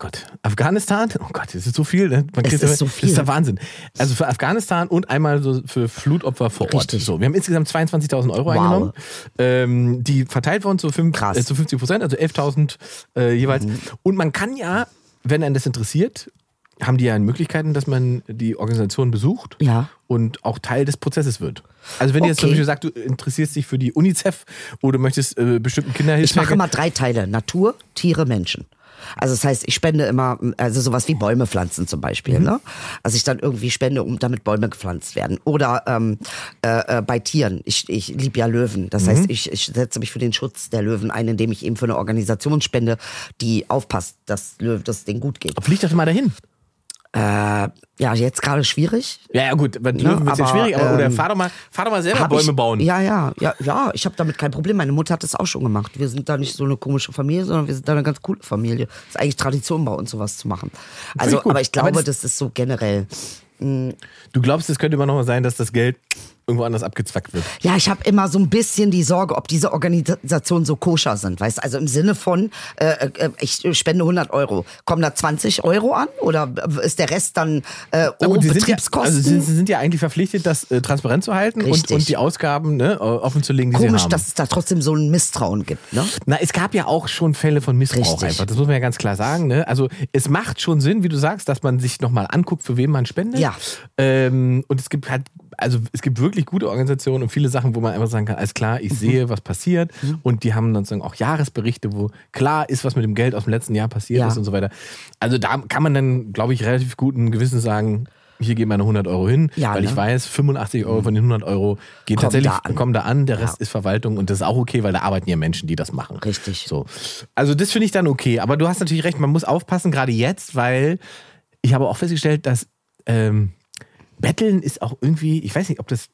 [SPEAKER 2] Gott, Afghanistan, oh Gott, es ist so viel, ne? Man
[SPEAKER 4] Es
[SPEAKER 2] kriegt
[SPEAKER 4] ist
[SPEAKER 2] aber-
[SPEAKER 4] so
[SPEAKER 2] Das
[SPEAKER 4] viel.
[SPEAKER 2] ist der Wahnsinn. Also für Afghanistan und einmal so für Flutopfer vor Ort.
[SPEAKER 4] Richtig.
[SPEAKER 2] So, wir haben insgesamt 22.000 Euro
[SPEAKER 4] Wow.
[SPEAKER 2] eingenommen. Ähm, die verteilt wurden zu, fünf,
[SPEAKER 4] Krass. Mhm.
[SPEAKER 2] äh, zu 50 Prozent, also 11.000 äh, jeweils. Und man kann ja, wenn einen das interessiert, haben die ja Möglichkeiten, dass man die Organisation besucht
[SPEAKER 4] Ja.
[SPEAKER 2] und auch Teil des Prozesses wird. Also wenn ihr jetzt
[SPEAKER 4] Okay.
[SPEAKER 2] zum Beispiel sagt, du interessierst dich für die UNICEF oder du möchtest äh, bestimmten Kinderhilfe.
[SPEAKER 4] Ich mache immer drei Teile: Natur, Tiere, Menschen. Also das heißt, ich spende immer, also sowas wie Bäume pflanzen zum Beispiel, ne? Also ich dann irgendwie spende, um damit Bäume gepflanzt werden. Oder ähm, äh, äh, bei Tieren. Ich, ich liebe ja Löwen. Das heißt, ich, ich setze mich für den Schutz der Löwen ein, indem ich eben für eine Organisation spende, die aufpasst, dass Löwen, dass es denen gut geht. Äh,
[SPEAKER 2] Flieg doch mal dahin.
[SPEAKER 4] Ja, jetzt gerade schwierig.
[SPEAKER 2] Ja, ja gut, bei Löwen wird es jetzt
[SPEAKER 4] ne, aber,
[SPEAKER 2] schwierig, aber oder
[SPEAKER 4] ähm,
[SPEAKER 2] fahr doch mal, fahr doch mal selber
[SPEAKER 4] Hab
[SPEAKER 2] Bäume
[SPEAKER 4] ich,
[SPEAKER 2] bauen.
[SPEAKER 4] Ja, ja, ja, ja. Ich habe damit kein Problem. Meine Mutter hat das auch schon gemacht. Wir sind da nicht so eine komische Familie, sondern wir sind da eine ganz coole Familie. ist eigentlich Tradition bei uns, sowas zu machen. Also,
[SPEAKER 2] ich gut.
[SPEAKER 4] aber ich
[SPEAKER 2] Aber
[SPEAKER 4] glaube,
[SPEAKER 2] das-
[SPEAKER 4] das, ist so generell.
[SPEAKER 2] Du glaubst, es könnte immer noch mal sein, dass das Geld irgendwo anders abgezwackt wird.
[SPEAKER 4] Ja, ich habe immer so ein bisschen die Sorge, ob diese Organisationen so koscher sind, weißt Also im Sinne von, äh, äh, ich spende 100 Euro. Kommen da 20 Euro an oder ist der Rest dann äh,
[SPEAKER 2] Na
[SPEAKER 4] oh,
[SPEAKER 2] gut, sie sind ja,
[SPEAKER 4] Betriebskosten?
[SPEAKER 2] also sie, sie sind ja eigentlich verpflichtet, das äh, transparent zu halten und,
[SPEAKER 4] Richtig.
[SPEAKER 2] und die Ausgaben ne, offen zu legen, die sie
[SPEAKER 4] Komisch,
[SPEAKER 2] haben.
[SPEAKER 4] dass es da trotzdem so ein Misstrauen gibt, ne?
[SPEAKER 2] Na, es gab ja auch schon Fälle von Missbrauch
[SPEAKER 4] Richtig.
[SPEAKER 2] einfach. Das muss man ja ganz klar sagen. Ne? Also es macht schon Sinn, wie du sagst, dass man sich nochmal anguckt, für wen man spendet.
[SPEAKER 4] Ja.
[SPEAKER 2] Ähm, und es gibt halt also es gibt wirklich gute Organisationen und viele Sachen, wo man einfach sagen kann, alles klar,
[SPEAKER 4] Mhm.
[SPEAKER 2] ich sehe, was passiert. Und die haben dann sozusagen auch Jahresberichte, wo klar ist, was mit dem Geld aus dem letzten Jahr passiert
[SPEAKER 4] Ja.
[SPEAKER 2] ist und so weiter. Also da kann man dann, glaube ich, relativ guten Gewissen sagen, hier gehen meine 100 Euro hin,
[SPEAKER 4] Ja,
[SPEAKER 2] weil ich
[SPEAKER 4] ne?
[SPEAKER 2] weiß, 85 Euro von den 100 Euro gehen
[SPEAKER 4] Kommen
[SPEAKER 2] tatsächlich,
[SPEAKER 4] da an.
[SPEAKER 2] kommen da an, der Rest
[SPEAKER 4] Ja.
[SPEAKER 2] ist Verwaltung und das ist auch okay, weil da arbeiten ja Menschen, die das machen.
[SPEAKER 4] Richtig.
[SPEAKER 2] So. Also das finde ich dann okay. Aber du hast natürlich recht, man muss aufpassen, gerade jetzt, weil ich habe auch festgestellt, dass ähm, Betteln ist auch irgendwie, ich weiß nicht, ob das,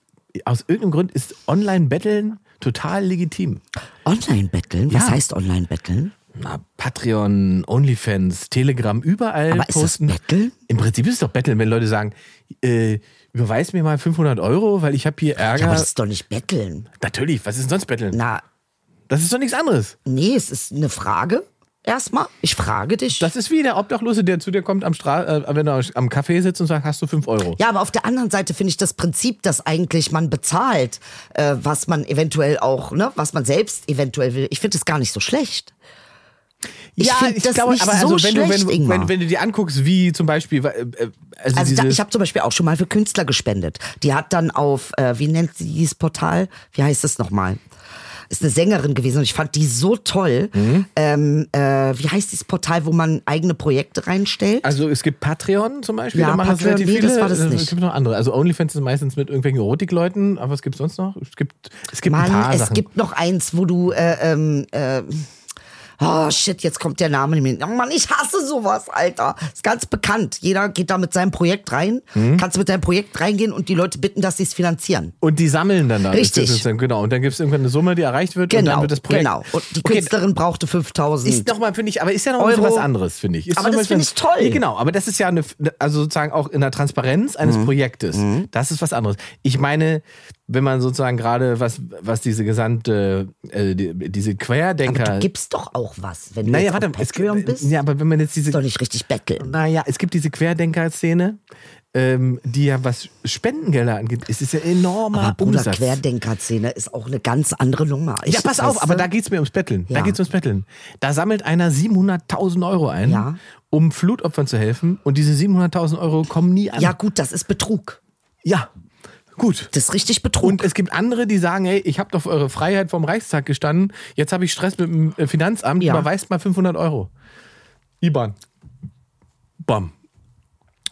[SPEAKER 2] aus irgendeinem Grund ist Online-Betteln total legitim.
[SPEAKER 4] Online-Betteln? Was
[SPEAKER 2] Ja.
[SPEAKER 4] heißt Online-Betteln?
[SPEAKER 2] Na, Patreon, Onlyfans, Telegram, überall
[SPEAKER 4] Aber ist das
[SPEAKER 2] posten.
[SPEAKER 4] Betteln?
[SPEAKER 2] Im Prinzip ist es doch Betteln, wenn Leute sagen, äh, überweis mir mal 500 Euro, weil ich habe hier
[SPEAKER 4] Ja,
[SPEAKER 2] Ärger.
[SPEAKER 4] aber das ist doch nicht Betteln.
[SPEAKER 2] Natürlich, was ist denn sonst Betteln?
[SPEAKER 4] Na,
[SPEAKER 2] Das ist doch nichts anderes.
[SPEAKER 4] nee, es ist eine Frage. Erstmal, ich frage dich.
[SPEAKER 2] Das ist wie der Obdachlose, der zu dir kommt, am Stra äh, wenn er am Café sitzt und sagt, hast du 5 Euro?
[SPEAKER 4] Ja, aber auf der anderen Seite finde ich das Prinzip, dass eigentlich man bezahlt, äh, was man eventuell auch, ne, was man selbst eventuell will. Ich finde das gar nicht so schlecht. Ich finde das nicht so
[SPEAKER 2] also wenn,
[SPEAKER 4] schlecht,
[SPEAKER 2] du, wenn,
[SPEAKER 4] Ingmar.
[SPEAKER 2] wenn, wenn du dir anguckst, wie zum Beispiel, äh, äh, also,
[SPEAKER 4] Also da,
[SPEAKER 2] diese,
[SPEAKER 4] ich habe zum Beispiel auch schon mal für Künstler gespendet. Die hat dann auf, äh, wie nennt sie dieses Portal? Wie heißt es nochmal? Ist eine Sängerin gewesen und ich fand die so toll. Ähm, äh, wie heißt dieses Portal, wo man eigene Projekte reinstellt?
[SPEAKER 2] Also es gibt Patreon zum Beispiel,
[SPEAKER 4] Ja,
[SPEAKER 2] da machen das
[SPEAKER 4] Patreon,
[SPEAKER 2] relativ
[SPEAKER 4] nee,
[SPEAKER 2] viele.
[SPEAKER 4] das war das
[SPEAKER 2] Es
[SPEAKER 4] nicht.
[SPEAKER 2] gibt noch andere. Also OnlyFans ist meistens mit irgendwelchen Erotikleuten, aber was gibt es sonst noch? Es gibt, es gibt ein
[SPEAKER 4] Mann,
[SPEAKER 2] paar
[SPEAKER 4] es
[SPEAKER 2] Sachen.
[SPEAKER 4] gibt noch eins, wo du, äh, ähm, äh, oh shit, jetzt kommt der Name nicht mehr. Oh Mann, ich hasse sowas, Alter. Ist ganz bekannt. Jeder geht da mit seinem Projekt rein. Kannst mit deinem Projekt reingehen und die Leute bitten, dass sie es finanzieren.
[SPEAKER 2] Mhm. und die sammeln dann da.
[SPEAKER 4] Richtig.
[SPEAKER 2] Das ist dann, genau. Und dann gibt es irgendwann eine Summe, die erreicht wird und
[SPEAKER 4] Genau,
[SPEAKER 2] dann wird das Projekt.
[SPEAKER 4] genau. Und die
[SPEAKER 2] Okay,
[SPEAKER 4] Künstlerin brauchte 5000.
[SPEAKER 2] Ist nochmal, finde ich, aber ist ja noch
[SPEAKER 4] Euro.
[SPEAKER 2] was anderes, finde ich. Ist
[SPEAKER 4] Aber
[SPEAKER 2] noch
[SPEAKER 4] das
[SPEAKER 2] mal-
[SPEAKER 4] finde ich toll.
[SPEAKER 2] Ja, genau, aber das ist ja eine, also sozusagen auch in der Transparenz eines
[SPEAKER 4] Mhm.
[SPEAKER 2] Projektes. Das ist was anderes. Ich meine, wenn man sozusagen gerade was, was diese gesamte, äh, die, diese Querdenker.
[SPEAKER 4] Du gibst doch auch was, wenn du
[SPEAKER 2] naja,
[SPEAKER 4] jetzt
[SPEAKER 2] warte,
[SPEAKER 4] auf
[SPEAKER 2] es,
[SPEAKER 4] Patreon bist.
[SPEAKER 2] ja, aber wenn man jetzt diese
[SPEAKER 4] ist doch nicht richtig betteln.
[SPEAKER 2] Naja, es gibt diese Querdenker-Szene, ähm, die ja was Spendengelder angeht. Es ist ja enormer
[SPEAKER 4] Aber Bruder,
[SPEAKER 2] Umsatz.
[SPEAKER 4] Querdenker-Szene ist auch eine ganz andere Nummer.
[SPEAKER 2] ja,
[SPEAKER 4] Ich-
[SPEAKER 2] pass
[SPEAKER 4] weißt
[SPEAKER 2] auf, aber
[SPEAKER 4] du?
[SPEAKER 2] da geht's mir ums Betteln. Da
[SPEAKER 4] Ja.
[SPEAKER 2] geht's ums Betteln. Da sammelt einer 700.000 Euro ein,
[SPEAKER 4] Ja.
[SPEAKER 2] um Flutopfern zu helfen. Und diese 700.000 Euro kommen nie an.
[SPEAKER 4] Ja, gut, das ist Betrug.
[SPEAKER 2] ja. gut.
[SPEAKER 4] Das ist richtig Betrug.
[SPEAKER 2] Und es gibt andere, die sagen, ey, ich habe doch für eure Freiheit vom Reichstag gestanden. Jetzt habe ich Stress mit dem äh, Finanzamt.
[SPEAKER 4] Ja.
[SPEAKER 2] Überweist mal 500 Euro. IBAN. Bam.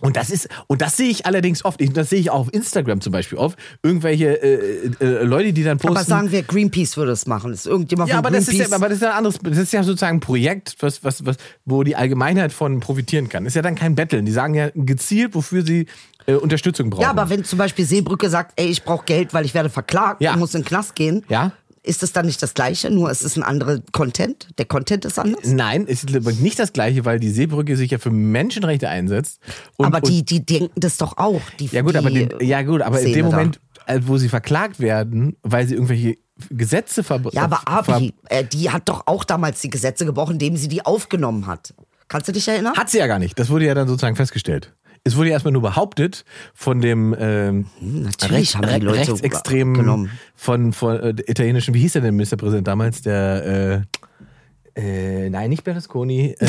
[SPEAKER 2] Und das ist, und das sehe ich allerdings oft, ich, das sehe ich auch auf Instagram zum Beispiel oft, irgendwelche äh, äh, Leute, die dann posten.
[SPEAKER 4] aber sagen wir, Greenpeace würde es machen. Ist irgendjemand
[SPEAKER 2] ja,
[SPEAKER 4] von
[SPEAKER 2] aber das,
[SPEAKER 4] Greenpeace?
[SPEAKER 2] ist ja, aber das ist ja ein anderes, das ist ja sozusagen ein Projekt, was, was, was, wo die Allgemeinheit von profitieren kann. Ist ja dann kein Betteln. Die sagen ja gezielt, wofür sie äh, Unterstützung brauchen.
[SPEAKER 4] ja, aber wenn zum Beispiel Seebrücke sagt, ey, ich brauche Geld, weil ich werde verklagt
[SPEAKER 2] Ja.
[SPEAKER 4] und muss in den Knast gehen,
[SPEAKER 2] Ja.
[SPEAKER 4] ist das dann nicht das Gleiche? Nur es ist ein anderer Content. Der Content ist anders.
[SPEAKER 2] Nein, es ist aber nicht das Gleiche, weil die Seebrücke sich ja für Menschenrechte einsetzt. Und,
[SPEAKER 4] aber die,
[SPEAKER 2] und,
[SPEAKER 4] die denken das doch auch. Die,
[SPEAKER 2] ja gut,
[SPEAKER 4] die
[SPEAKER 2] aber, den, ja gut, aber in
[SPEAKER 4] Szene
[SPEAKER 2] dem
[SPEAKER 4] da.
[SPEAKER 2] Moment, äh, wo sie verklagt werden, weil sie irgendwelche Gesetze verbrechen.
[SPEAKER 4] Ja, aber Abi, äh, die hat doch auch damals die Gesetze gebrochen, indem sie die aufgenommen hat. Kannst du dich erinnern?
[SPEAKER 2] Hat sie ja gar nicht. Das wurde ja dann sozusagen festgestellt. Es wurde ja erstmal nur behauptet von dem ähm,
[SPEAKER 4] natürlich haben die
[SPEAKER 2] Recht-
[SPEAKER 4] Leute
[SPEAKER 2] rechtsextremen
[SPEAKER 4] genommen.
[SPEAKER 2] von, von äh, der italienischen, wie hieß der denn Ministerpräsident damals? Der äh, äh, nein, nicht
[SPEAKER 4] <laughs>
[SPEAKER 2] Berlusconi. Äh,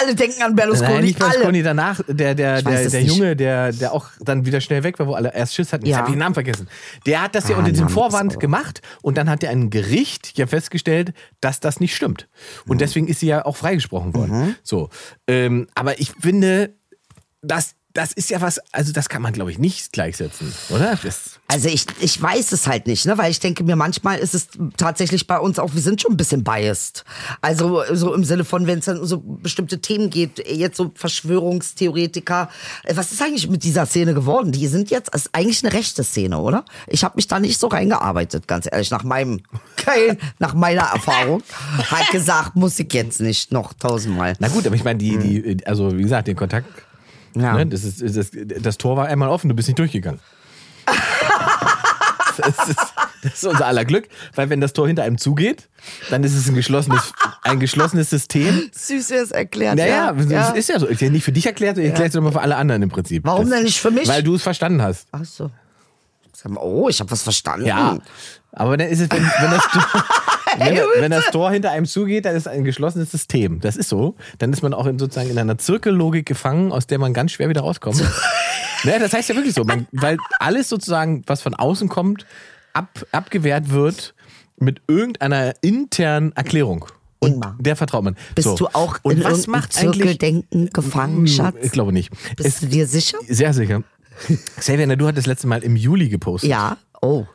[SPEAKER 4] alle denken an Berlusconi,
[SPEAKER 2] Nein, nicht
[SPEAKER 4] alle.
[SPEAKER 2] Berlusconi, danach, der, der,
[SPEAKER 4] Ich weiß
[SPEAKER 2] der,
[SPEAKER 4] es
[SPEAKER 2] der
[SPEAKER 4] nicht.
[SPEAKER 2] Junge, der, der auch dann wieder schnell weg war, wo alle erst Schiss hatten. Jetzt
[SPEAKER 4] Ja.
[SPEAKER 2] habe ich den Namen vergessen. Der hat das ja
[SPEAKER 4] Ah,
[SPEAKER 2] unter diesem
[SPEAKER 4] Name ist
[SPEAKER 2] Vorwand
[SPEAKER 4] auch-
[SPEAKER 2] gemacht und dann hat ja ein Gericht ja festgestellt, dass das nicht stimmt. Und
[SPEAKER 4] Mhm.
[SPEAKER 2] deswegen ist sie ja auch freigesprochen worden. So. Ähm, aber ich finde, das, das ist ja was, also das kann man, glaube ich, nicht gleichsetzen, oder? Das,
[SPEAKER 4] Also ich, ich weiß es halt nicht, ne? weil ich denke mir, manchmal ist es tatsächlich bei uns auch, wir sind schon ein bisschen biased. Also so im Sinne von, wenn es dann um so bestimmte Themen geht, jetzt so Verschwörungstheoretiker. Äh, Was ist eigentlich mit dieser Szene geworden? Die sind jetzt, ist eigentlich eine rechte Szene, oder? Ich habe mich da nicht so reingearbeitet, ganz ehrlich,
[SPEAKER 2] <laughs>
[SPEAKER 4] nach meinem, Kein- nach meiner Erfahrung. Hat gesagt, muss ich jetzt nicht noch tausendmal.
[SPEAKER 2] na gut, aber ich meine, die, die, also wie gesagt, den Kontakt.
[SPEAKER 4] Hm. Ja.
[SPEAKER 2] Ne, das, ist, das, das Tor war einmal offen, du bist nicht
[SPEAKER 4] <laughs>
[SPEAKER 2] durchgegangen. Das ist, das ist unser aller Glück, weil wenn das Tor hinter einem zugeht, dann ist es ein geschlossenes, ein geschlossenes System.
[SPEAKER 4] Süß wäre es erklärt.
[SPEAKER 2] Naja, das
[SPEAKER 4] ja.
[SPEAKER 2] ist ja so. Ist ja nicht für dich erklärt, ich erkläre es nochmal für alle anderen im Prinzip.
[SPEAKER 4] Warum
[SPEAKER 2] das,
[SPEAKER 4] denn nicht für mich?
[SPEAKER 2] Weil du es verstanden hast.
[SPEAKER 4] Ach so. Sag mal, Oh, ich habe was verstanden.
[SPEAKER 2] Ja. Aber dann ist es, wenn, wenn, das,
[SPEAKER 4] <laughs>
[SPEAKER 2] Tor- wenn, wenn das Tor hinter einem zugeht, dann ist es ein geschlossenes System. Das ist so. Dann ist man auch in, sozusagen in einer Zirkellogik gefangen, aus der man ganz schwer wieder rauskommt. <laughs> Ne, das heißt ja wirklich so, man, weil alles sozusagen, was von außen kommt, ab, abgewehrt wird mit irgendeiner internen Erklärung. Und
[SPEAKER 4] Ingmar,
[SPEAKER 2] der vertraut man.
[SPEAKER 4] Bist
[SPEAKER 2] so.
[SPEAKER 4] du auch
[SPEAKER 2] Und
[SPEAKER 4] in
[SPEAKER 2] was
[SPEAKER 4] irgendeinem
[SPEAKER 2] macht eigentlich?
[SPEAKER 4] Zirkeldenken gefangen, Schatz?
[SPEAKER 2] Ich glaube nicht.
[SPEAKER 4] Bist
[SPEAKER 2] Es,
[SPEAKER 4] du dir sicher?
[SPEAKER 2] sehr
[SPEAKER 4] <laughs>
[SPEAKER 2] sicher. Xavier, na, du hattest das letzte Mal im Juli gepostet.
[SPEAKER 4] Ja. Oh.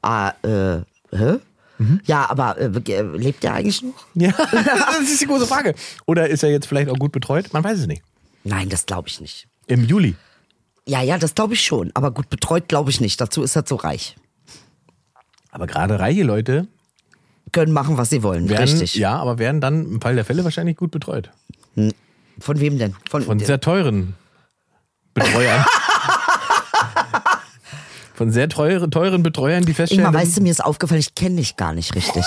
[SPEAKER 4] Ah, äh, hä?
[SPEAKER 2] Mhm.
[SPEAKER 4] Ja, aber äh, äh, lebt der eigentlich noch?
[SPEAKER 2] Ja. <laughs> das ist die große Frage. Oder ist er jetzt vielleicht auch gut betreut? Man weiß es nicht.
[SPEAKER 4] Nein, das glaube ich nicht.
[SPEAKER 2] Im Juli.
[SPEAKER 4] Ja, ja, das glaube ich schon. Aber gut betreut glaube ich nicht. Dazu ist er zu reich.
[SPEAKER 2] Aber gerade reiche Leute
[SPEAKER 4] Können machen, was sie wollen.
[SPEAKER 2] werden,
[SPEAKER 4] Richtig.
[SPEAKER 2] ja, aber werden dann im Fall der Fälle wahrscheinlich gut betreut.
[SPEAKER 4] Von wem denn?
[SPEAKER 2] Von sehr teuren <laughs> Betreuern. Von sehr teuren, teuren Betreuern, die feststellen,
[SPEAKER 4] Ingmar, weißt du, mir ist aufgefallen, ich kenne dich gar
[SPEAKER 2] <laughs>
[SPEAKER 4] nicht richtig.